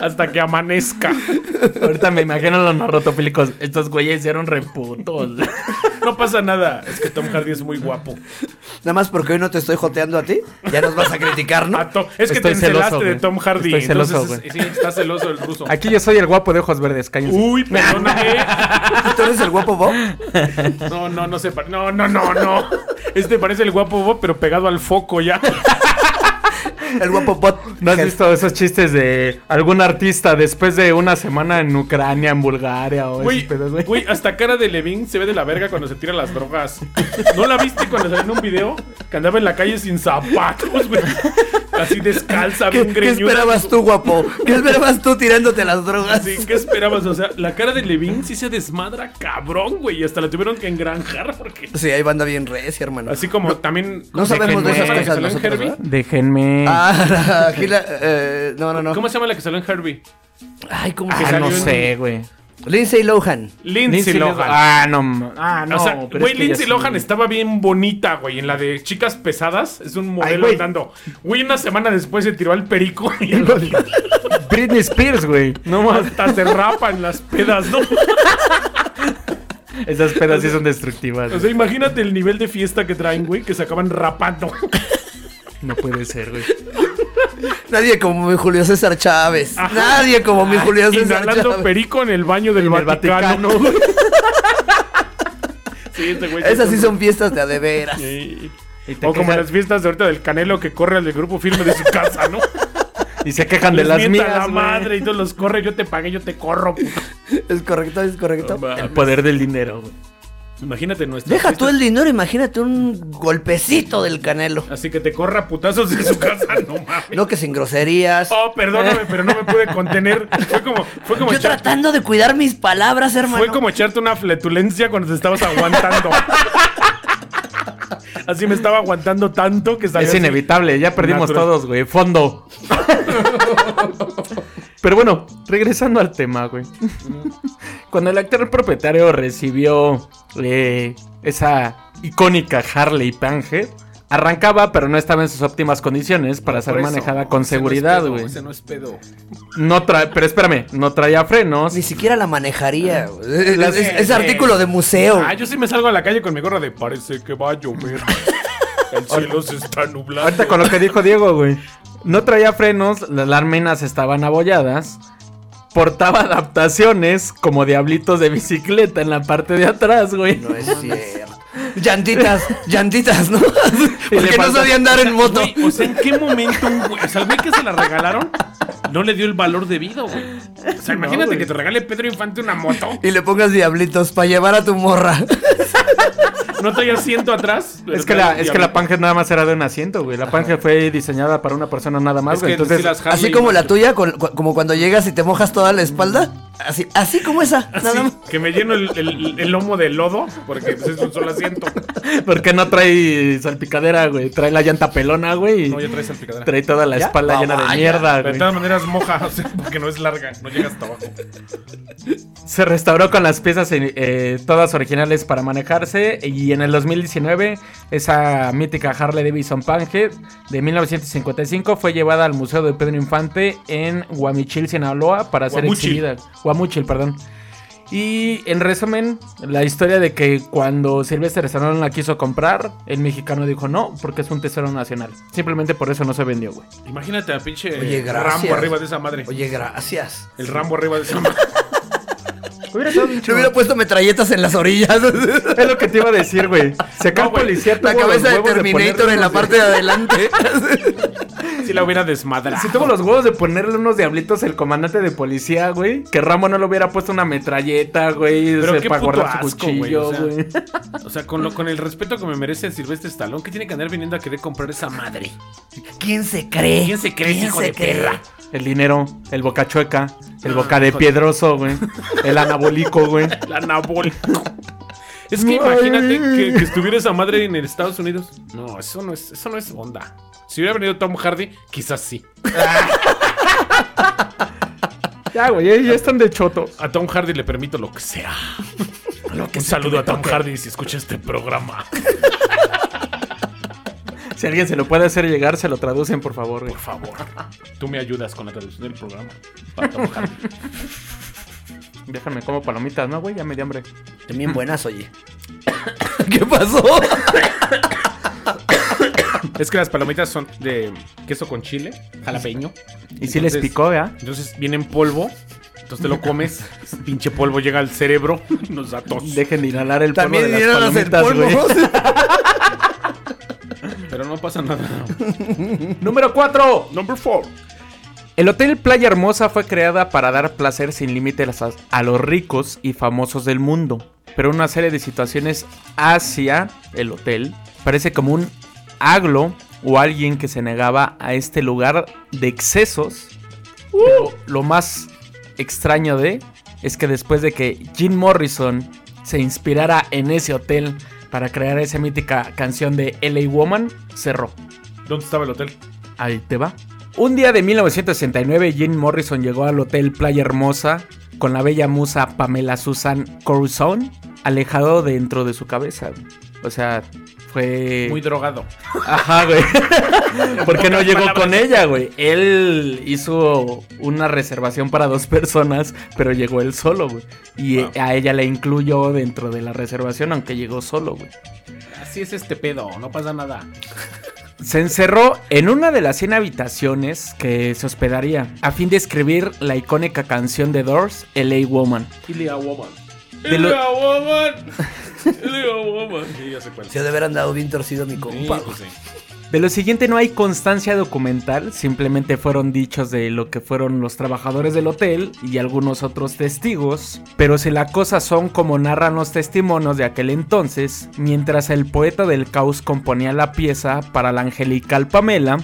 Hasta que amanezca. Ahorita me imagino los narratopélicos. Estos güeyes hicieron reputos. No pasa nada. Es que Tom Hardy es muy guapo. Nada más porque hoy no te estoy joteando a ti. Ya nos vas a criticar, ¿no? A to- es que Estoy te encelaste celoso, de güey. Tom Hardy. Estoy celoso, entonces, sí, está celoso el ruso. Aquí yo soy el guapo de ojos verdes, cállense. Uy, perdóname. ¿Tú eres el guapo Bob? No, no, no se pare- No, no, no, no. Este parece el guapo Bob, pero pegado al foco ya. El guapo Bob. ¿No has visto esos chistes de algún artista después de una semana en Ucrania, en Bulgaria o Güey, esos pedos, güey? güey, hasta cara de Levin se ve de la verga cuando se tira las drogas. ¿No la viste cuando salió en un video? Que andaba en la calle sin zapatos, güey. Así descalza, ¿Qué, bien qué greñuda. esperabas tú, guapo? ¿Qué esperabas tú tirándote las drogas? Sí, ¿qué esperabas? O sea, la cara de Levin sí se desmadra cabrón, güey. Y hasta la tuvieron que engranjar porque... Sí, hay banda bien recia, hermano. Así como también... No sabemos de esas ¿Cómo se llama la cosas que salió en nosotros, Herbie? ¿verdad? Déjenme. Ah, la- aquí la- eh, no, no, no. ¿Cómo se llama la que salió en Herbie? Ay, ¿cómo Ah, que salió no en- sé, güey. Lindsay Lohan. Lindsay Lohan. Ah, no. ma- Ah, no. o sea, pero güey, es que ya Lindsay sí. Lohan estaba bien bonita, güey. En la de chicas pesadas, es un modelo güey. andando. Güey, una semana después se tiró al perico y Britney Spears, güey. No más. hasta se rapan las pedas, ¿no? Esas pedas sí son destructivas. O güey. sea, imagínate el nivel de fiesta que traen, güey, que se acaban rapando. No puede ser, güey. Nadie como mi Julio César Chávez. Nadie como mi Julio César Inhalando Chávez. perico en el baño del En el Vaticano. Vaticano, este güey. Sí, ese güey Esas sí son fiestas de a de veras. Sí. Y te O como quejas- las fiestas de ahorita del Canelo que corre al del grupo firme de su casa, ¿no? Y se quejan de Les las mienta mías. la güey. madre y todos los corre, yo te pagué, yo te corro. puto. Es correcto, es correcto. El poder del dinero, güey. Imagínate nuestra Deja tú el dinero, imagínate un golpecito del canelo. Así que te corra a putazos de su casa, no mames. No que sin groserías. Oh, perdóname, pero no me pude contener. Fue como, fue como, Yo echar- tratando de cuidar mis palabras, hermano. fue como echarte una fletulencia cuando te estabas aguantando. Así me estaba aguantando tanto que salió Es así. inevitable, ya perdimos Natural. todos, güey. Fondo. Pero bueno, regresando al tema, güey. Cuando el actor propietario recibió eh, esa icónica Harley Panhead, arrancaba, pero no estaba en sus óptimas condiciones para ser Por eso, manejada con ese no es seguridad, pedo, güey. ese no es pedo. No trae, pero espérame, no traía frenos. Ni siquiera la manejaría. güey. Es, Las- es- es artículo de museo. Eh, Ah, yo sí me salgo a la calle con mi gorra de parece que va a llover. El cielo se está nublando. Ahorita con lo que dijo Diego, güey. No traía frenos, las láminas estaban abolladas. Portaba adaptaciones como diablitos de bicicleta en la parte de atrás, güey. No es cierto. Llantitas, llantitas, ¿no? Porque no falta- sabía andar en moto. Güey, o sea, ¿en qué momento un güey, o sea, al güey que se la regalaron, no le dio el valor debido, güey? O sea, imagínate que te regale Pedro Infante una moto, Y le pongas diablitos para llevar a tu morra. no trae asiento atrás. pero Es que, trae la, un es que la diablo. Panhead nada más era de un asiento, güey. La Panhead fue diseñada para una persona nada más, Es que güey. Entonces, sí, las Harley- Así como la tuya, con- cu- como cuando llegas y te mojas toda la espalda. Así, así como esa. Nada más. Sí, que me lleno el, el- el lomo de lodo, porque pues, es un solo asiento. porque no trae salpicadera, güey. Trae la llanta pelona, güey. y No, ya traes salpicadera. Trae toda la espalda llena de Vaya. mierda, Pero de güey. todas maneras moja, o sea, porque no es larga, no llega hasta abajo. Se restauró con las piezas eh, todas originales para manejarse y en el 2019 esa mítica Harley Davidson Panhead de 1955 fue llevada al Museo de Pedro Infante en Guamichil, Sinaloa para ser Guamuchil. exhibida. Guamuchil, perdón. Y en resumen, la historia de que cuando Sylvester Stallone la quiso comprar, el mexicano dijo no, porque es un tesoro nacional. Simplemente por eso no se vendió, güey. Imagínate a pinche Oye, gracias. Rambo arriba de esa madre. Oye, gracias. El Rambo arriba de esa madre. Yo hubiera puesto metralletas en las orillas. Es lo que te iba a decir, güey. Se acá No, un güey. policía tuvo La los cabeza de huevos poner Terminator en la parte de adelante. Si sí la hubiera desmadrado. Si tuvo los huevos de ponerle unos diablitos el comandante de policía, güey. Que Rambo no le hubiera puesto una metralleta, güey. Pero se- qué para puto guardar su asco, güey. cuchillo, O, güey. sea, o sea, con, lo, con el respeto que me merece Silvestre Stallone, ¿qué tiene que andar viniendo a querer comprar esa madre? ¿Quién se cree? Eh, ¿Quién se cree, hijo de perra? El dinero, el boca chueca, el boca de piedroso, güey. El anabólico, güey. La anabólica. Es que imagínate que, que estuviera esa madre en el Estados Unidos. No, eso no es, eso no es onda. Si hubiera venido Tom Hardy, quizás sí. Ya, güey, ya- ya están de choto. A Tom Hardy le permito lo que sea. Un saludo a Tom Hardy si escucha este programa. Si alguien se lo puede hacer llegar, se lo traducen, por favor, güey. Por favor. Tú me ayudas con la traducción del programa. Para Tom Hardy. Déjame como palomitas, ¿no, güey? Ya me di hambre. También buenas, oye. ¿Qué pasó? Es que las palomitas son de queso con chile, jalapeño. Y si les Entonces- picó, ¿verdad? Entonces viene en polvo. Entonces te lo comes. pinche polvo llega al cerebro. Nos da tos. Dejen de inhalar el polvo También de vinieron a las hacer palomitas, polvo. güey. Pero no pasa nada. Número 4. Number four. El Hotel Playa Hermosa fue creada para dar placer sin límites a, a los ricos y famosos del mundo. Pero una serie de situaciones hacia el hotel parece como un aglo o alguien que se negaba a este lugar de excesos. Pero lo más extraño de es que después de que Jim Morrison se inspirara en ese hotel para crear esa mítica canción de LA Woman, cerró. ¿Dónde estaba el hotel? Ahí te va. Un día de 1969, Jim Morrison llegó al hotel Playa Hermosa con la bella musa Pamela Susan Corazon, alejado dentro de su cabeza. güey. O sea, fue. Muy drogado. Ajá, güey. ¿Por qué no Pocas llegó palabras. con ella, güey? Él hizo una reservación para dos personas, pero llegó él solo, güey. Y Wow. a ella la incluyó dentro de la reservación, aunque llegó solo, güey. Así es este pedo. No pasa nada. Se encerró en una de las 100 habitaciones que se hospedaría a fin de escribir la icónica canción de Doors, LA Woman. Ilia Woman. De lo- Ilia Woman. Ilia Woman. Sí, ya sé cuál. Se ha de haber andado bien torcido mi Sí, compa. pues sí. De lo siguiente no hay constancia documental, simplemente fueron dichos de lo que fueron los trabajadores del hotel y algunos otros testigos, pero si la cosa son como narran los testimonios de aquel entonces, mientras el poeta del caos componía la pieza para la angelical Pamela,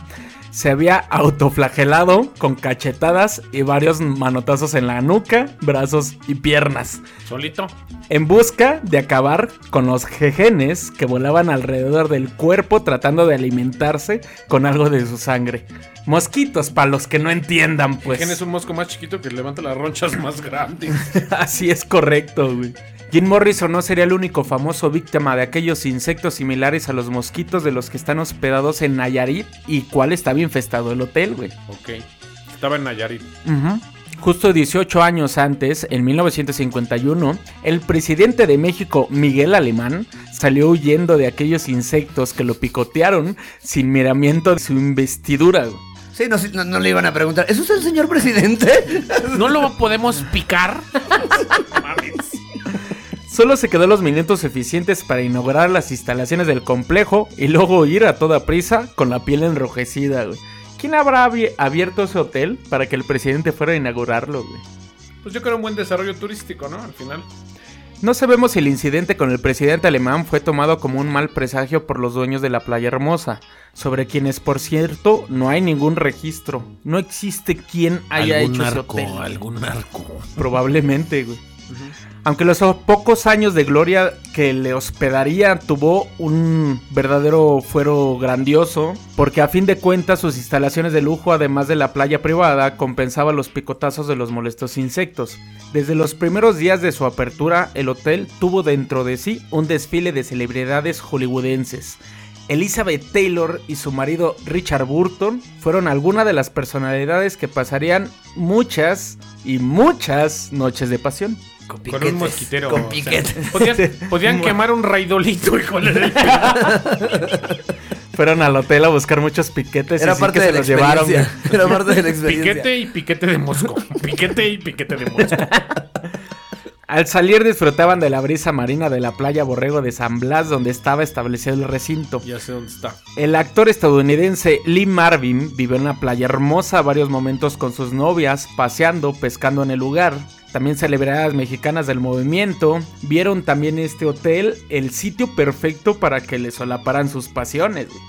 se había autoflagelado con cachetadas y varios manotazos en la nuca, brazos y piernas Solito. en busca de acabar con los jejenes que volaban alrededor del cuerpo tratando de alimentarse con algo de su sangre. Mosquitos, para los que no entiendan, pues. ¿Quién es un mosco más chiquito que levanta las ronchas más grandes? Así es correcto, güey. Jim Morrison no sería el único famoso víctima de aquellos insectos similares a los mosquitos de los que están hospedados en Nayarit y cuál estaba infestado el hotel, güey. ok. Estaba en Nayarit. Ujú. Justo 18 años antes, en 1951, el presidente de México, Miguel Alemán, salió huyendo de aquellos insectos que lo picotearon sin miramiento de su investidura. güey. Sí, no, sí, no, no le iban a preguntar. ¿Es usted el señor presidente? ¿No lo podemos picar? Mames. Solo se quedó los minutos suficientes para inaugurar las instalaciones del complejo y luego ir a toda prisa con la piel enrojecida. güey. ¿Quién habrá abi- abierto ese hotel para que el presidente fuera a inaugurarlo? güey? Pues yo creo un buen desarrollo turístico, ¿no? Al final. No sabemos si el incidente con el presidente alemán fue tomado como un mal presagio por los dueños de la Playa Hermosa, sobre quienes, por cierto, no hay ningún registro. No existe quien haya hecho ese hotel. algún narco. Probablemente, güey. Aunque los pocos años de gloria que le hospedaría tuvo un verdadero fuero grandioso, porque a fin de cuentas sus instalaciones de lujo, además de la playa privada, compensaba los picotazos de los molestos insectos. Desde los primeros días de su apertura, el hotel tuvo dentro de sí un desfile de celebridades hollywoodenses. Elizabeth Taylor y su marido Richard Burton fueron algunas de las personalidades que pasarían muchas y muchas noches de pasión. Con, Con piquetes, un mosquitero. Con o sea, piquetes. podían podían quemar un raidolito, híjole. del pelo. Fueron al hotel a buscar muchos piquetes Era y sí parte que de se la los llevaron. experiencia. Era parte de la experiencia. Piquete y piquete de mosco. Piquete y piquete de mosco. Al salir disfrutaban de la brisa marina de la playa Borrego de San Blas donde estaba establecido el recinto. Ya sé dónde está. El actor estadounidense Lee Marvin vivió en la playa hermosa varios momentos con sus novias, paseando, pescando en el lugar. También celebridades mexicanas del movimiento vieron también este hotel el sitio perfecto para que le solaparan sus pasiones. güey.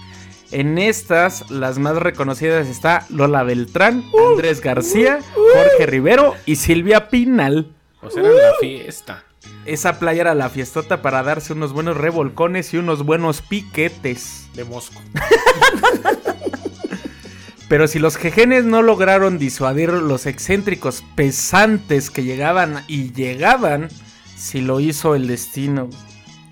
En estas, las más reconocidas está Lola Beltrán, Andrés García, Jorge Rivero y Silvia Pinal. O sea, era la fiesta. Esa playa era la fiestota para darse unos buenos revolcones y unos buenos piquetes. De Mosco. Pero si los jejenes no lograron disuadir los excéntricos pesantes que llegaban y llegaban, si lo hizo el destino.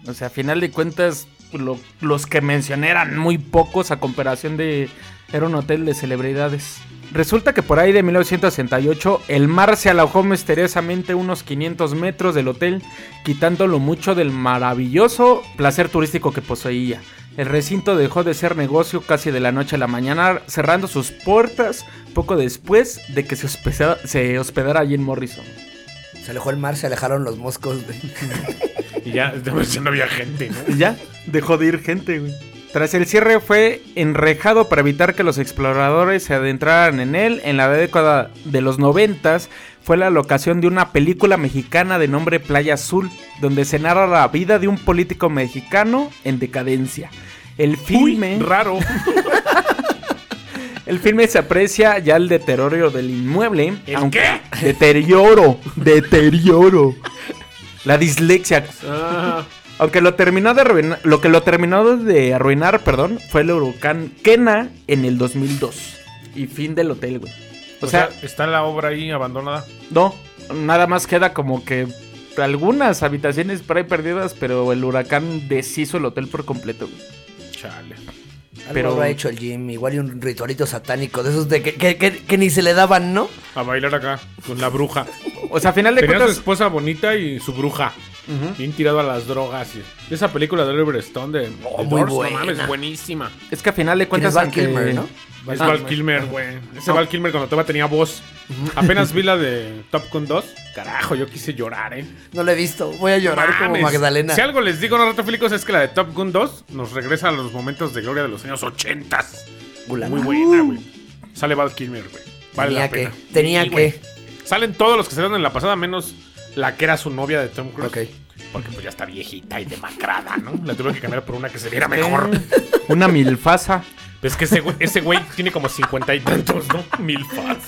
O sea, a final de cuentas, lo- los que mencioné eran muy pocos a comparación de... Era un hotel de celebridades. Resulta que por ahí de 1968 el mar se alojó misteriosamente unos 500 metros del hotel, quitándolo mucho del maravilloso placer turístico que poseía. El recinto dejó de ser negocio casi de la noche a la mañana, cerrando sus puertas poco después de que se hospedara, se hospedara Jim Morrison. Se alejó el mar, se alejaron los moscos, güey. Y ya, de ver si no había gente, ¿no? Y ya, dejó de ir gente, güey. Tras el cierre fue enrejado para evitar que los exploradores se adentraran en él. En la década de los noventas fue la locación de una película mexicana de nombre Playa Azul, donde se narra la vida de un político mexicano en decadencia. El filme... Uy, raro. El filme se aprecia ya el deterioro del inmueble. ¿El aunque- qué? Deterioro, deterioro. La dislexia. Ah, Aunque lo terminó de arruinar, lo que lo terminó de arruinar, perdón, fue el huracán Kena en el 2002 y fin del hotel, güey. O, o sea, sea, está la obra ahí abandonada. no, nada más queda como que algunas habitaciones por ahí perdidas, pero el huracán deshizo el hotel por completo. güey. Chale. Algo Pero- habrá hecho el Jim, igual y un ritualito satánico de esos de que, que- que- que ni se le daban, ¿no? A bailar acá con la bruja. O sea, a final de Tenía su cuentas, esposa bonita y su bruja. Bien tirado a las drogas. y- Esa película de Oliver Stone de. Oh, de muy Doors, no buena. mames, buenísima. es que a final de cuentas Val aunque- Kilmer, ¿no? Es Ah, Val Kilmer, güey. Ese Val Kilmer cuando todavía tenía voz. Apenas vi la de Top Gun 2. Carajo, yo quise llorar, ¿eh? No lo he visto. Voy a llorar como Mames. Magdalena. Si algo les digo, no ratofilicos, es que la de Top Gun 2 nos regresa a los momentos de gloria de los años 80. Gula. Uh. Muy buena, güey. Sale Val Kilmer, güey. Vale tenía la pena. que. Tenía Sí, güey. que. Salen todos los que salieron en la pasada, menos la que era su novia de Tom Cruise. Ok. Porque pues ya está viejita y demacrada, ¿no? La tuve que cambiar por una que se viera mejor. Una milfasa. Es que ese güey, ese güey tiene como cincuenta y tantos, ¿no? Mil fans.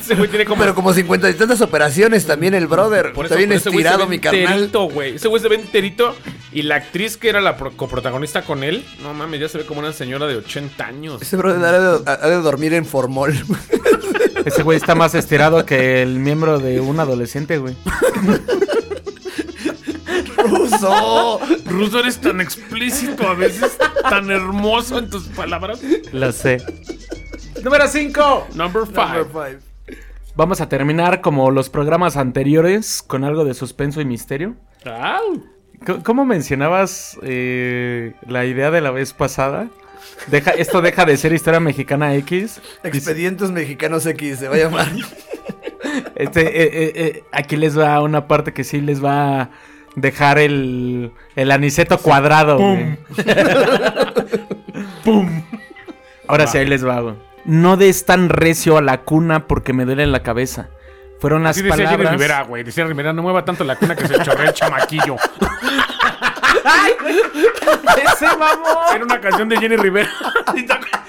Ese güey tiene como... Pero como cincuenta y tantas operaciones también el brother. Por Está eso- bien por ese güey se estirado ve mi carnal. enterito, güey. Ese güey se ve enterito. Y la actriz que era la pro- coprotagonista con él, no mames, ya se ve como una señora de 80 años. Ese brother ha de, ha de dormir en formol. Ese güey está más estirado que el miembro de un adolescente, güey. ¡Ruso! Ruso, eres tan explícito a veces, tan hermoso en tus palabras. Lo sé. Número 5. Number five. Vamos a terminar como los programas anteriores con algo de suspenso y misterio. Au. C- ¿Cómo mencionabas eh, la idea de la vez pasada? Deja, esto deja de ser historia mexicana X. Expedientes Mexicanos X se va a llamar. Este, eh, eh, eh, aquí les va una parte que sí les va a dejar el, el aniceto cuadrado. ¡Pum! ¡Pum! Ahora sí, ahí les va, güey. No des tan recio a la cuna porque me duele la cabeza. Fueron las Sí decía Jenny palabras. Rivera, güey. Decía Rivera, no mueva tanto la cuna que se chorrea el chamaquillo. ¡Ese mamón! Era una canción de Jenny Rivera. ¿Sí te acuerdas?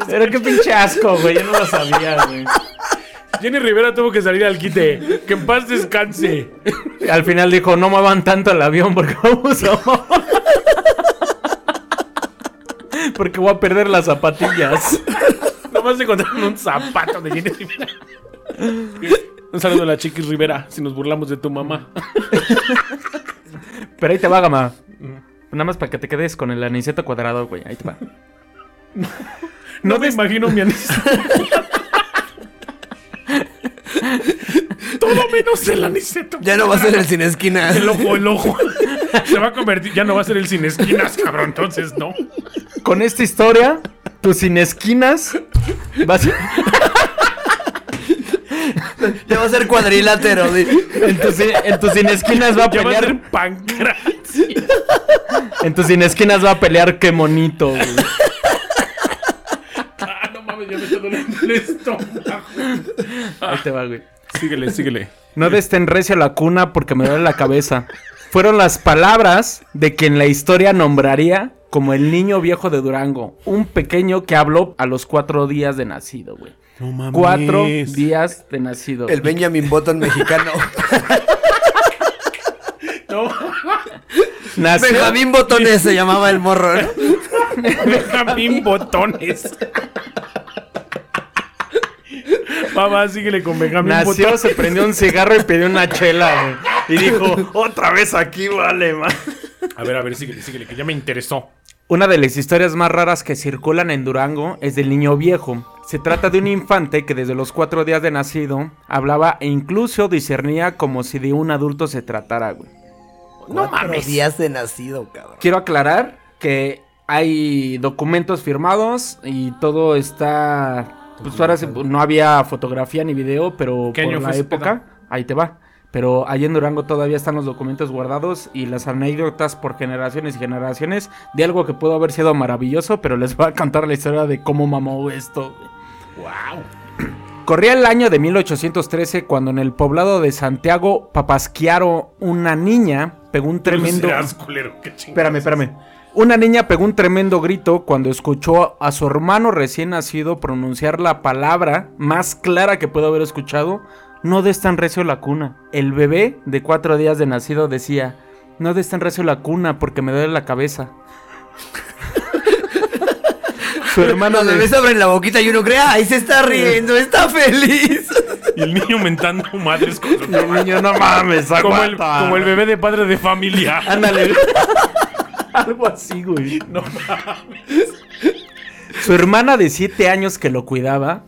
Pero qué pinche asco, güey. Yo no lo sabía, güey. Jenny Rivera tuvo que salir al quite. Que en paz descanse. Al final dijo, no muevan tanto el avión porque vamos a... porque voy a perder las zapatillas. Nomás encontraron un zapato de Jenny Rivera. Un saludo a la Chiquis Rivera, si nos burlamos de tu mamá. Pero ahí te va, Gama. Nada más para que te quedes con el aniceto cuadrado, güey. Ahí te va. No, me imagino mi anis. Todo menos el aniceto. Ya no va a ser el sin esquina. El ojo, el ojo. Se va a convertir. Ya no va a ser el sin esquinas, cabrón. Entonces, no. Con esta historia, tus sin esquinas... Vas... Ya va a ser cuadrilátero. di. En tus, en tus inesquinas va a Ya va a pelear. ser pancra. En tus inesquinas va a pelear, qué monito, güey. Ah, no mames, ya me está doliendo el estómago. Ahí te va, güey. Síguele, síguele. No desten recio la cuna porque me duele la cabeza. Fueron las palabras de quien la historia nombraría como el niño viejo de Durango. Un pequeño que habló a los cuatro días de nacido, güey. No mames. Cuatro días de nacido. El Benjamin Button mexicano. No, Nació- Benjamín Botones se llamaba el morro. ¿no? Benjamín Botones. Mamá, síguele con Benjamín Nació, Botones. se prendió un cigarro y pidió una chela, güey. Y dijo, otra vez aquí, vale, man. A ver, a ver, síguele, síguele, que ya me interesó. Una de las historias más raras que circulan en Durango es del niño viejo. Se trata de un infante que desde los cuatro días de nacido hablaba e incluso discernía como si de un adulto se tratara, güey. No mames. días de nacido, cabrón. Quiero aclarar que hay documentos firmados y todo está... Pues ahora sí, no había fotografía ni video, pero ¿Qué por año la fue ese época, ahí te va. Pero ahí en Durango todavía están los documentos guardados y las anécdotas por generaciones y generaciones de algo que pudo haber sido maravilloso, pero les voy a contar la historia de cómo mamó esto. güey. Wow. Corría el año de 1813 cuando en el poblado de Santiago Papasquiaro una niña pegó un tremendo... culero, qué chingón. Espérame, espérame. Una niña pegó un tremendo grito cuando escuchó a su hermano recién nacido pronunciar la palabra más clara que puedo haber escuchado. No des tan recio la cuna. El bebé de cuatro días de nacido decía, no des tan recio la cuna porque me duele la cabeza. su hermano Cuando le- le ves abren la boquita y uno cree, ay, se está riendo, está feliz. Y el niño mentando madres con su El niño, no mames, como el, aguanta". Ah, como el bebé de padre de familia. Ándale. Algo así, güey. No mames. Su hermana de siete años que lo cuidaba,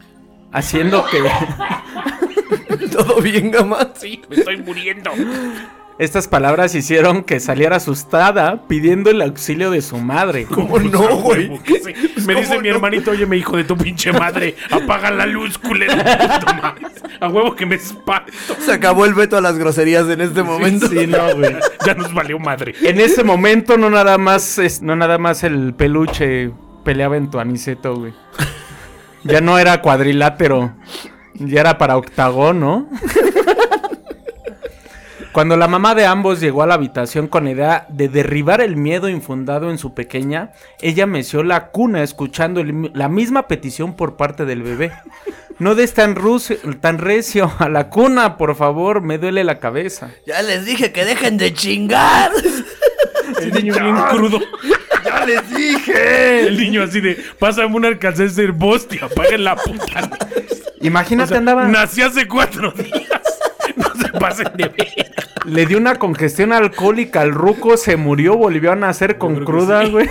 haciendo que... Todo bien, gama. Sí, me estoy muriendo. Estas palabras hicieron que saliera asustada pidiendo el auxilio de su madre. ¿Cómo no, güey? Ah, Que sí. Me dice mi hermanito, oye, me hijo de tu pinche madre, apaga la luz, culero. Puta madre. A huevo que me espanto. Se acabó el veto a las groserías en este momento. Sí, no, güey. Ya nos valió madre. En ese momento no nada más es- no nada más el peluche peleaba en tu aniceto, güey. Ya no era cuadrilátero, ya era para octagón, ¿no? Cuando la mamá de ambos llegó a la habitación con la idea de derribar el miedo infundado en su pequeña, ella meció la cuna escuchando el- la misma petición por parte del bebé. No des tan, rucio- tan recio a la cuna, por favor, me duele la cabeza. Ya les dije que dejen de chingar. El niño bien crudo. Ya les dije. El niño así de, pásame un alcance vos, te apaguen la puta. Imagínate, andaba... Nací hace cuatro días. No se pasen de ver. Le dio una congestión alcohólica al ruco, se murió, volvió a nacer con creo que cruda, sí. güey.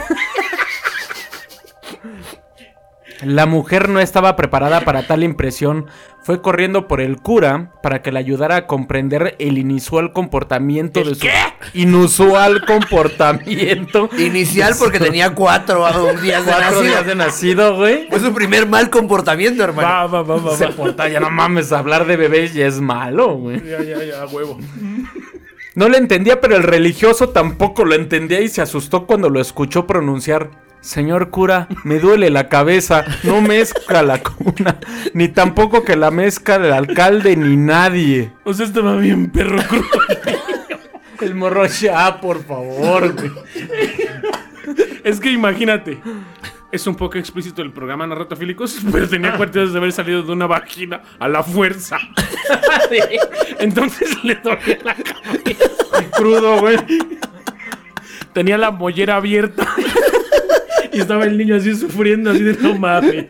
La mujer no estaba preparada para tal impresión. Fue corriendo por el cura para que le ayudara a comprender el inusual comportamiento de su inusual comportamiento. Inicial porque tenía cuatro a un día de Cuatro días nacido. de nacido, güey. Fue su primer mal comportamiento, hermano. Va, Ah, va, va, va. Se va. porta, ya no mames, hablar de bebés ya es malo, güey. Ya, ya, ya, a huevo. No le entendía, pero el religioso tampoco lo entendía y se asustó cuando lo escuchó pronunciar. Señor cura, me duele la cabeza, no mezcla la cuna, ni tampoco que la mezcla el alcalde ni nadie. O sea, estaba bien perro crudo. El morro ya, por favor, güey. Es que imagínate. Es un poco explícito el programa Narratofílicos, pero Ah. tenía cuartillas de haber salido de una vagina a la fuerza. Entonces le dolía la cabeza. Crudo, güey. Tenía la mollera abierta. Y estaba el niño así sufriendo, así de no mames.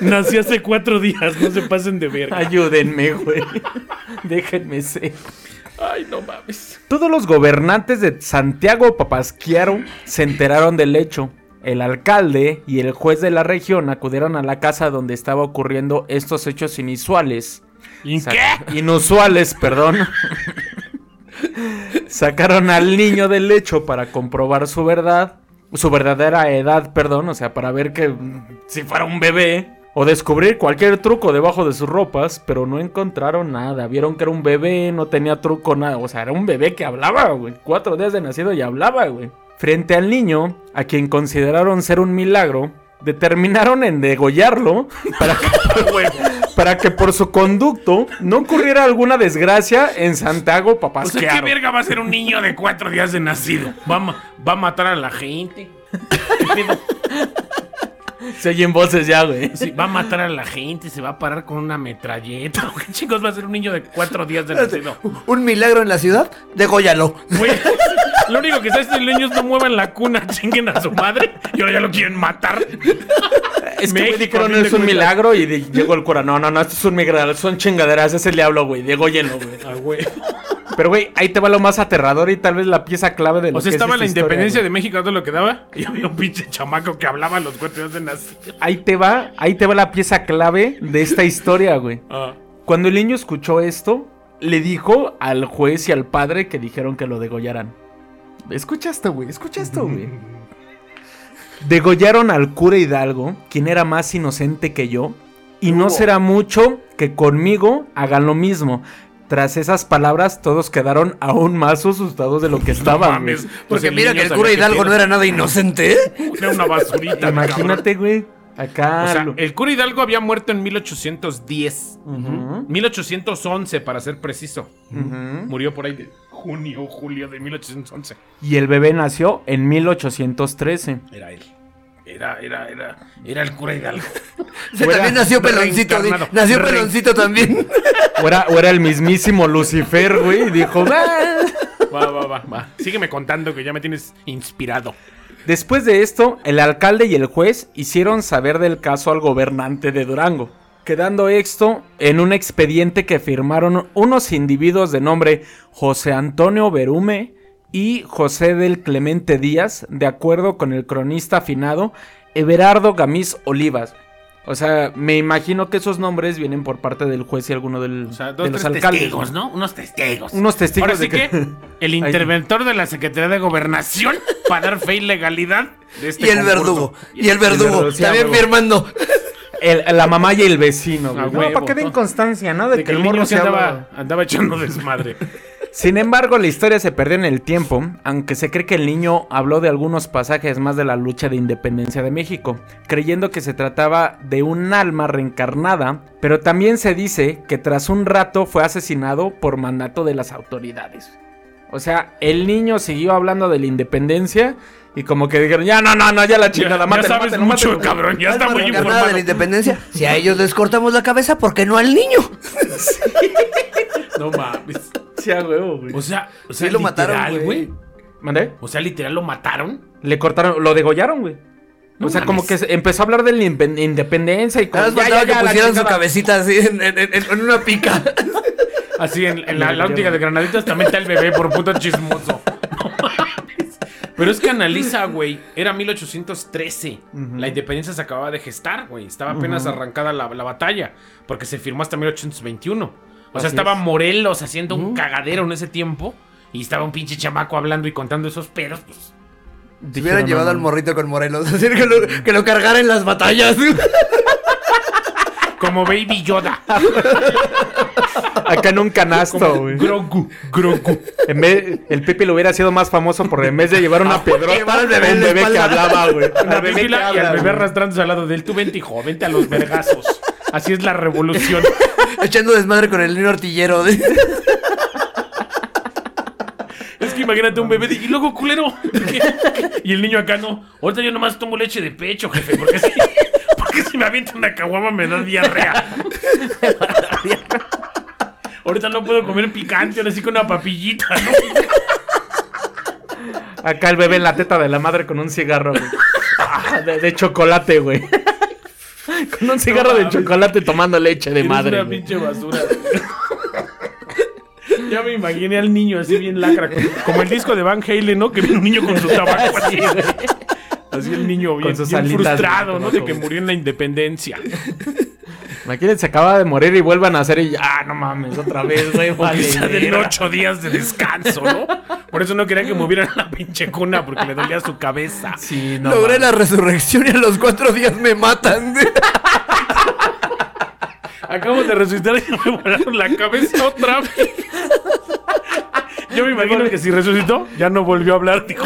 Nací hace cuatro días, no se pasen de verga. Ayúdenme, güey. Déjenme ser. Ay, no mames. Todos los gobernantes de Santiago Papasquiaro se enteraron del hecho. El alcalde y el juez de la región acudieron a la casa donde estaba ocurriendo estos hechos inusuales. ¿Y Sa- Inusuales, perdón. Sacaron al niño del lecho para comprobar su verdad, su verdadera edad, perdón, o sea, para ver que mm, si fuera un bebé. O descubrir cualquier truco debajo de sus ropas, pero no encontraron nada. Vieron que era un bebé, no tenía truco, nada. O sea, era un bebé que hablaba, güey. Cuatro días de nacido y hablaba, güey. Frente al niño, a quien consideraron ser un milagro, determinaron en degollarlo para que, para que por su conducto no ocurriera alguna desgracia en Santiago O sea, ¿qué Papasquiaro. verga va a ser un niño de cuatro días de nacido? Va a, ma- va a matar a la gente. ¿Qué pedo? Se oyen voces ya, güey. Sí, va a matar a la gente, se va a parar con una metralleta. ¿Qué chicos va a ser un niño de cuatro días de Este, nacido? Un milagro en la ciudad, degóyalo. Güey, lo único que sabes es que los niños no muevan la cuna, chinguen a su madre y ahora ya lo quieren matar. Es que güey, México, a dijeron fin de es un cuentas". milagro y de- llegó el cura. No, no, no, esto es un milagro, son chingaderas, ese le hablo, güey. Dególlenlo, güey. Ah, güey. Pero, güey, ahí te va lo más aterrador y tal vez la pieza clave de lo O sea, que es estaba esta la historia, independencia güey. de México, todo lo que daba. Y había un pinche chamaco que hablaba a los cuatro días de nacido. Ahí te va, ahí te va la pieza clave de esta historia, güey. Ah. Cuando el niño escuchó esto, le dijo al juez y al padre que dijeron que lo degollaran. Escucha esto, güey, escucha esto, güey. Degollaron al cura Hidalgo, quien era más inocente que yo, y no será mucho que conmigo hagan lo mismo. Tras esas palabras, todos quedaron aún más asustados de lo que estaban. güey. Mames, pues Porque mira niño que el sabía cura que Hidalgo era- no era nada inocente, ¿eh? Era una basurita. Imagínate, güey. Acá. cabrón. O sea, eh. lo- el cura Hidalgo había muerto en 1810. Ujú, 1811, para ser preciso. ujú. Murió por ahí de junio o julio de 1811. Y el bebé nació en 1813. Era él. Era, era, era. Era el cura Hidalgo. Se Fuera también nació peloncito. di- reencarnado. Nació Re- peloncito también. O era, o era el mismísimo Lucifer, güey. y Dijo, "Ah". Va, va, va, va. Sígueme contando que ya me tienes inspirado. Después de esto, el alcalde y el juez hicieron saber del caso al gobernante de Durango, quedando esto en un expediente que firmaron unos individuos de nombre José Antonio Berume y José del Clemente Díaz, de acuerdo con el cronista afinado Everardo Gamiz Olivas. O sea, me imagino que esos nombres vienen por parte del juez y alguno del, O sea, dos, de los tres alcaldes. testigos, ¿no? Unos testigos. Unos testigos Ahora de sí que- que... el interventor de la Secretaría de Gobernación para dar fe y legalidad de este Y el concurso. verdugo. Y el el verdugo. verdugo, sí, a También huevo. firmando. El- la mamá y el vecino. A güey. huevo, para que den ¿no? constancia, ¿no? De que el morro se hablaba- andaba, andaba echando desmadre. Sin embargo, la historia se perdió en el tiempo, aunque se cree que el niño habló de algunos pasajes más de la lucha de independencia de México, creyendo que se trataba de un alma reencarnada, pero también se dice que tras un rato fue asesinado por mandato de las autoridades. O sea, el niño siguió hablando de la independencia y como que dijeron, ya no, no, no, ya la chingada, ya mátelo, sabes mátelo, mucho, mátelo". cabrón. Ya está Alma muy reencarnada de informado. la independencia. Si a ellos les cortamos la cabeza, ¿por qué no al niño? No mames. Sí, a huevo, güey. O sea, o Sí sea lo literal, mataron, güey. ¿Mandé? O sea, literal lo mataron. Le cortaron, lo degollaron, güey. No o sea, mames. como que se- empezó a hablar de la inven- independencia y como Nada más faltaba que la pusieran su chingada. cabecita así en, en- en- en una pica. Así en, en la láuntica de granaditas también está el bebé por puto chismoso. No mames. Pero es que analiza, güey. Era 1813. La independencia se acababa de gestar, güey. Estaba apenas arrancada la, la batalla. Porque se firmó hasta 1821. O sea, Así estaba es. Morelos haciendo un cagadero en ese tiempo. Y estaba un pinche chamaco hablando y contando esos peros. Pues, Si hubieran Dijeron, llevado "No, al morrito con Morelos, así que lo, que lo cargara en las batallas. como Baby Yoda. Acá en un canasto, güey. Grogu. Grogu. En vez- el Pipi lo hubiera sido más famoso por en vez de llevar una Ah, llevar piedrota, al bebé en un la bebé que espalda. hablaba, güey. Una Al bebé pípila que y al habla, bebé güey. arrastrándose al lado de él. Tú vente, hijo, vente a los vergazos. Así es la revolución. Echando desmadre con el niño artillero. Es que imagínate un bebé de, y luego culero. y el niño acá no. Ahorita yo nomás tomo leche de pecho, jefe, porque si, porque si me avienta una caguama me da diarrea. Ahorita no puedo comer picante, ahora sí con una papillita, ¿no? Acá el bebé en la teta de la madre con un cigarro, güey. Ah, de, de chocolate, güey. Con un cigarro de mames. chocolate tomando leche de Eres madre. Una güey. pinche basura. Ya me imaginé al niño así bien lacra, con- como el disco de Van Halen, ¿no? Que viene un niño con su tabaco así. Así el niño bien, sus bien alitas de frustrado, ¿no? De tabaco, que güey. murió en la independencia. Imagínense, se acaba de morir y vuelvan a hacer y ya, ah, no mames, otra vez, güey. vale, Quizá den verga. ocho días de descanso, ¿no? Por eso no querían que movieran la pinche cuna porque le dolía su cabeza. Sí, no. Logré mames. la resurrección y a los cuatro días me matan. Acabo de resucitar y me volaron la cabeza otra vez. Yo me imagino que si resucitó, ya no volvió a hablar. Dijo,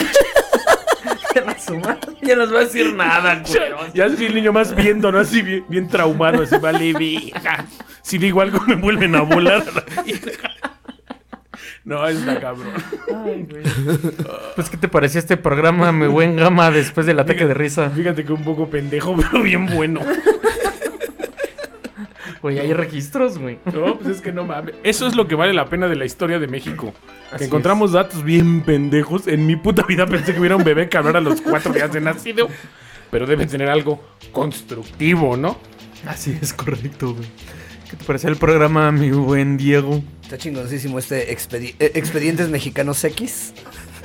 Ya no nos va a decir nada, culero. ya es el niño más viendo, ¿no? Así bien, bien traumado, así, vale, vieja. Si digo algo, me vuelven a volar. No, está cabrón. Pues, ¿qué te pareció este programa, mi buen gama, después del ataque de risa? Fíjate que un poco pendejo, pero bien bueno. Güey, hay registros, güey. No, pues es que no mames. Eso es lo que vale la pena de la historia de México. que encontramos datos bien pendejos. En mi puta vida pensé que hubiera un bebé que hablara a los cuatro días de nacido. Pero debe tener algo constructivo, ¿no? Así es correcto, güey. ¿Qué te pareció el programa, mi buen Diego? Está chingoncísimo este expedi- eh, Expedientes Mexicanos X.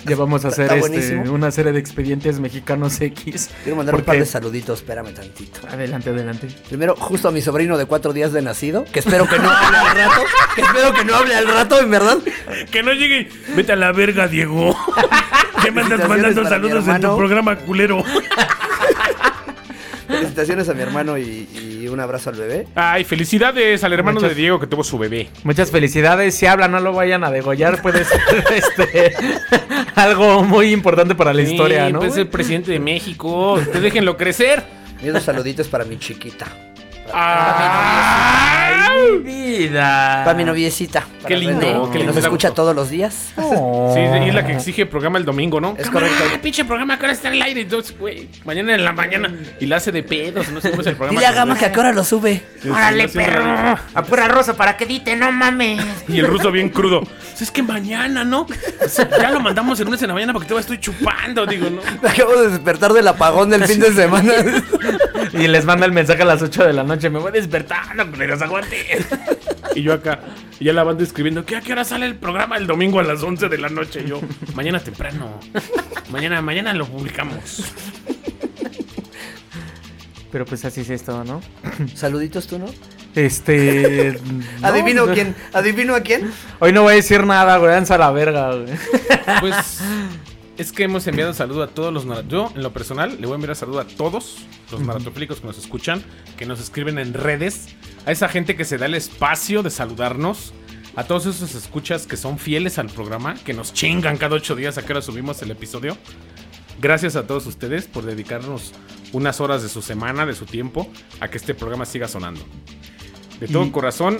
Ya vamos a hacer Está este, buenísimo. una serie de expedientes mexicanos X. Quiero mandar un Porque- par de saluditos, espérame tantito. Adelante, adelante. Primero, justo a mi sobrino de cuatro días de nacido, que espero que no hable al rato, que espero que no hable al rato, en verdad. Que no llegue. Vete a la verga, Diego. Te mandas Felicitaciones mandando para mi saludos en tu hermano. programa culero. Felicitaciones a mi hermano y, y un abrazo al bebé. Ay, felicidades al hermano de Muchas- Diego que tuvo su bebé. Muchas felicidades. Si habla, no lo vayan a degollar. Puede ser este, algo muy importante para la historia, ¿no? Es el presidente de México. Te déjenlo crecer. Y unos saluditos para mi chiquita. ¡Ay, vida! Para mi noviecita. para Qué lindo, René, qué que lindo. nos escucha todos los días. Sí, es la que exige programa el domingo, ¿no? Es correcto. "Cámara, este pinche programa que ahora está en el aire. Entonces, güey, mañana en la mañana. Y la hace de pedos. No sé cómo es el programa. Dile a Gama que a qué hora lo sube. ¡Órale, perro! Apura rosa para que dite, no mames. Y el ruso bien crudo. "Pues Es que mañana, ¿no? Pues Ya lo mandamos el lunes en la mañana porque todavía estoy chupando. Digo, ¿no? Me acabo de despertar del apagón del fin de semana. Y les manda el mensaje a las 8 de la noche. Me voy despertando, culeros, aguante. Y yo acá. Y ya la banda escribiendo. ¿Qué, ¿A qué hora sale el programa el domingo a las 11 de la noche? Y yo, mañana temprano. Mañana, mañana lo publicamos. Pero pues así es esto, ¿no? Saluditos tú, ¿no? Este. no, Adivino no. quién, adivino a quién. Hoy no voy a decir nada, güey. Danza la verga, güey. Pues es que hemos enviado un saludo a todos los nara- Yo, en lo personal, le voy a enviar un saludo a todos los maratoplicos que nos escuchan, que nos escriben en redes, a esa gente que se da el espacio de saludarnos, a todos esos escuchas que son fieles al programa, que nos chingan cada ocho días a que ahora subimos el episodio. Gracias a todos ustedes por dedicarnos unas horas de su semana, de su tiempo, a que este programa siga sonando. De todo Y- corazón,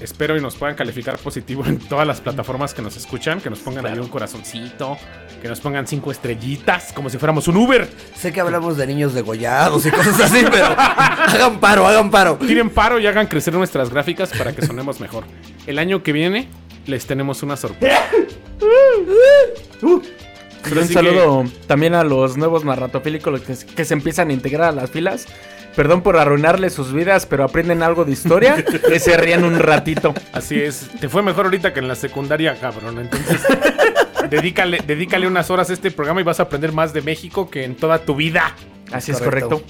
espero y nos puedan calificar positivo en todas las plataformas que nos escuchan, que nos pongan ahí un corazoncito, que nos pongan cinco estrellitas, como si fuéramos un Uber. Sé que hablamos de niños degollados y cosas así, pero hagan paro, hagan paro. Tiren paro y hagan crecer nuestras gráficas para que sonemos mejor. El año que viene les tenemos una sorpresa. Y Uh. un Así saludo también a los nuevos marratofílicos que, se- que se empiezan a integrar a las filas. Perdón por arruinarles sus vidas, pero aprenden algo de historia que se rían un ratito. Así es, te fue mejor ahorita que en la secundaria, cabrón. Entonces, dedícale, dedícale unas horas a este programa y vas a aprender más de México que en toda tu vida. Así es correcto.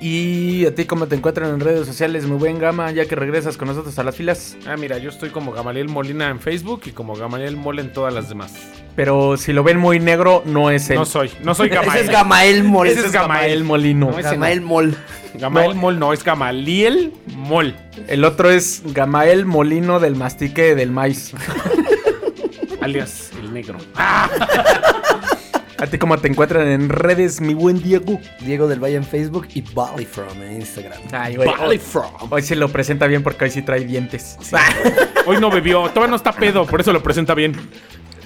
Y a ti, ¿cómo te encuentran en redes sociales? Muy buen gama, ya que regresas con nosotros a las filas. Ah, mira, yo estoy como Gamaliel Molina en Facebook y como Gamaliel Mole en todas las demás. Pero si lo ven muy negro, no es él. No soy, no soy Gamaliel. Ese es Gamael Mol. Ese es Gamael. Molino. No, ese Gamael Mol. Gamaliel Mol no, es Gamaliel Mol. El otro es Gamael Molino del Mastique del Maíz. Alias el negro. A ti, ¿cómo te encuentran en redes, mi buen Diego? Diego del Valle en Facebook y Ballyfrom en Instagram. Ay, güey. Hoy, hoy se lo presenta bien porque hoy sí trae dientes. Hoy no bebió, todavía no está pedo, por eso lo presenta bien.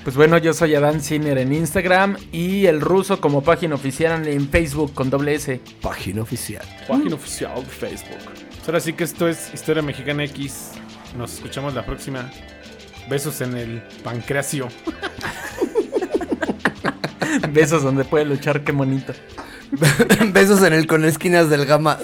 Pues bueno, yo soy Adán Ciner en Instagram y el ruso como página oficial en Facebook con doble S. Página oficial. Página oficial de Facebook. Pues ahora sí que esto es Historia Mexicana X. Nos escuchamos la próxima. Besos en el pancreacio. Besos donde puede luchar, qué bonito. Besos en el con esquinas del Gama.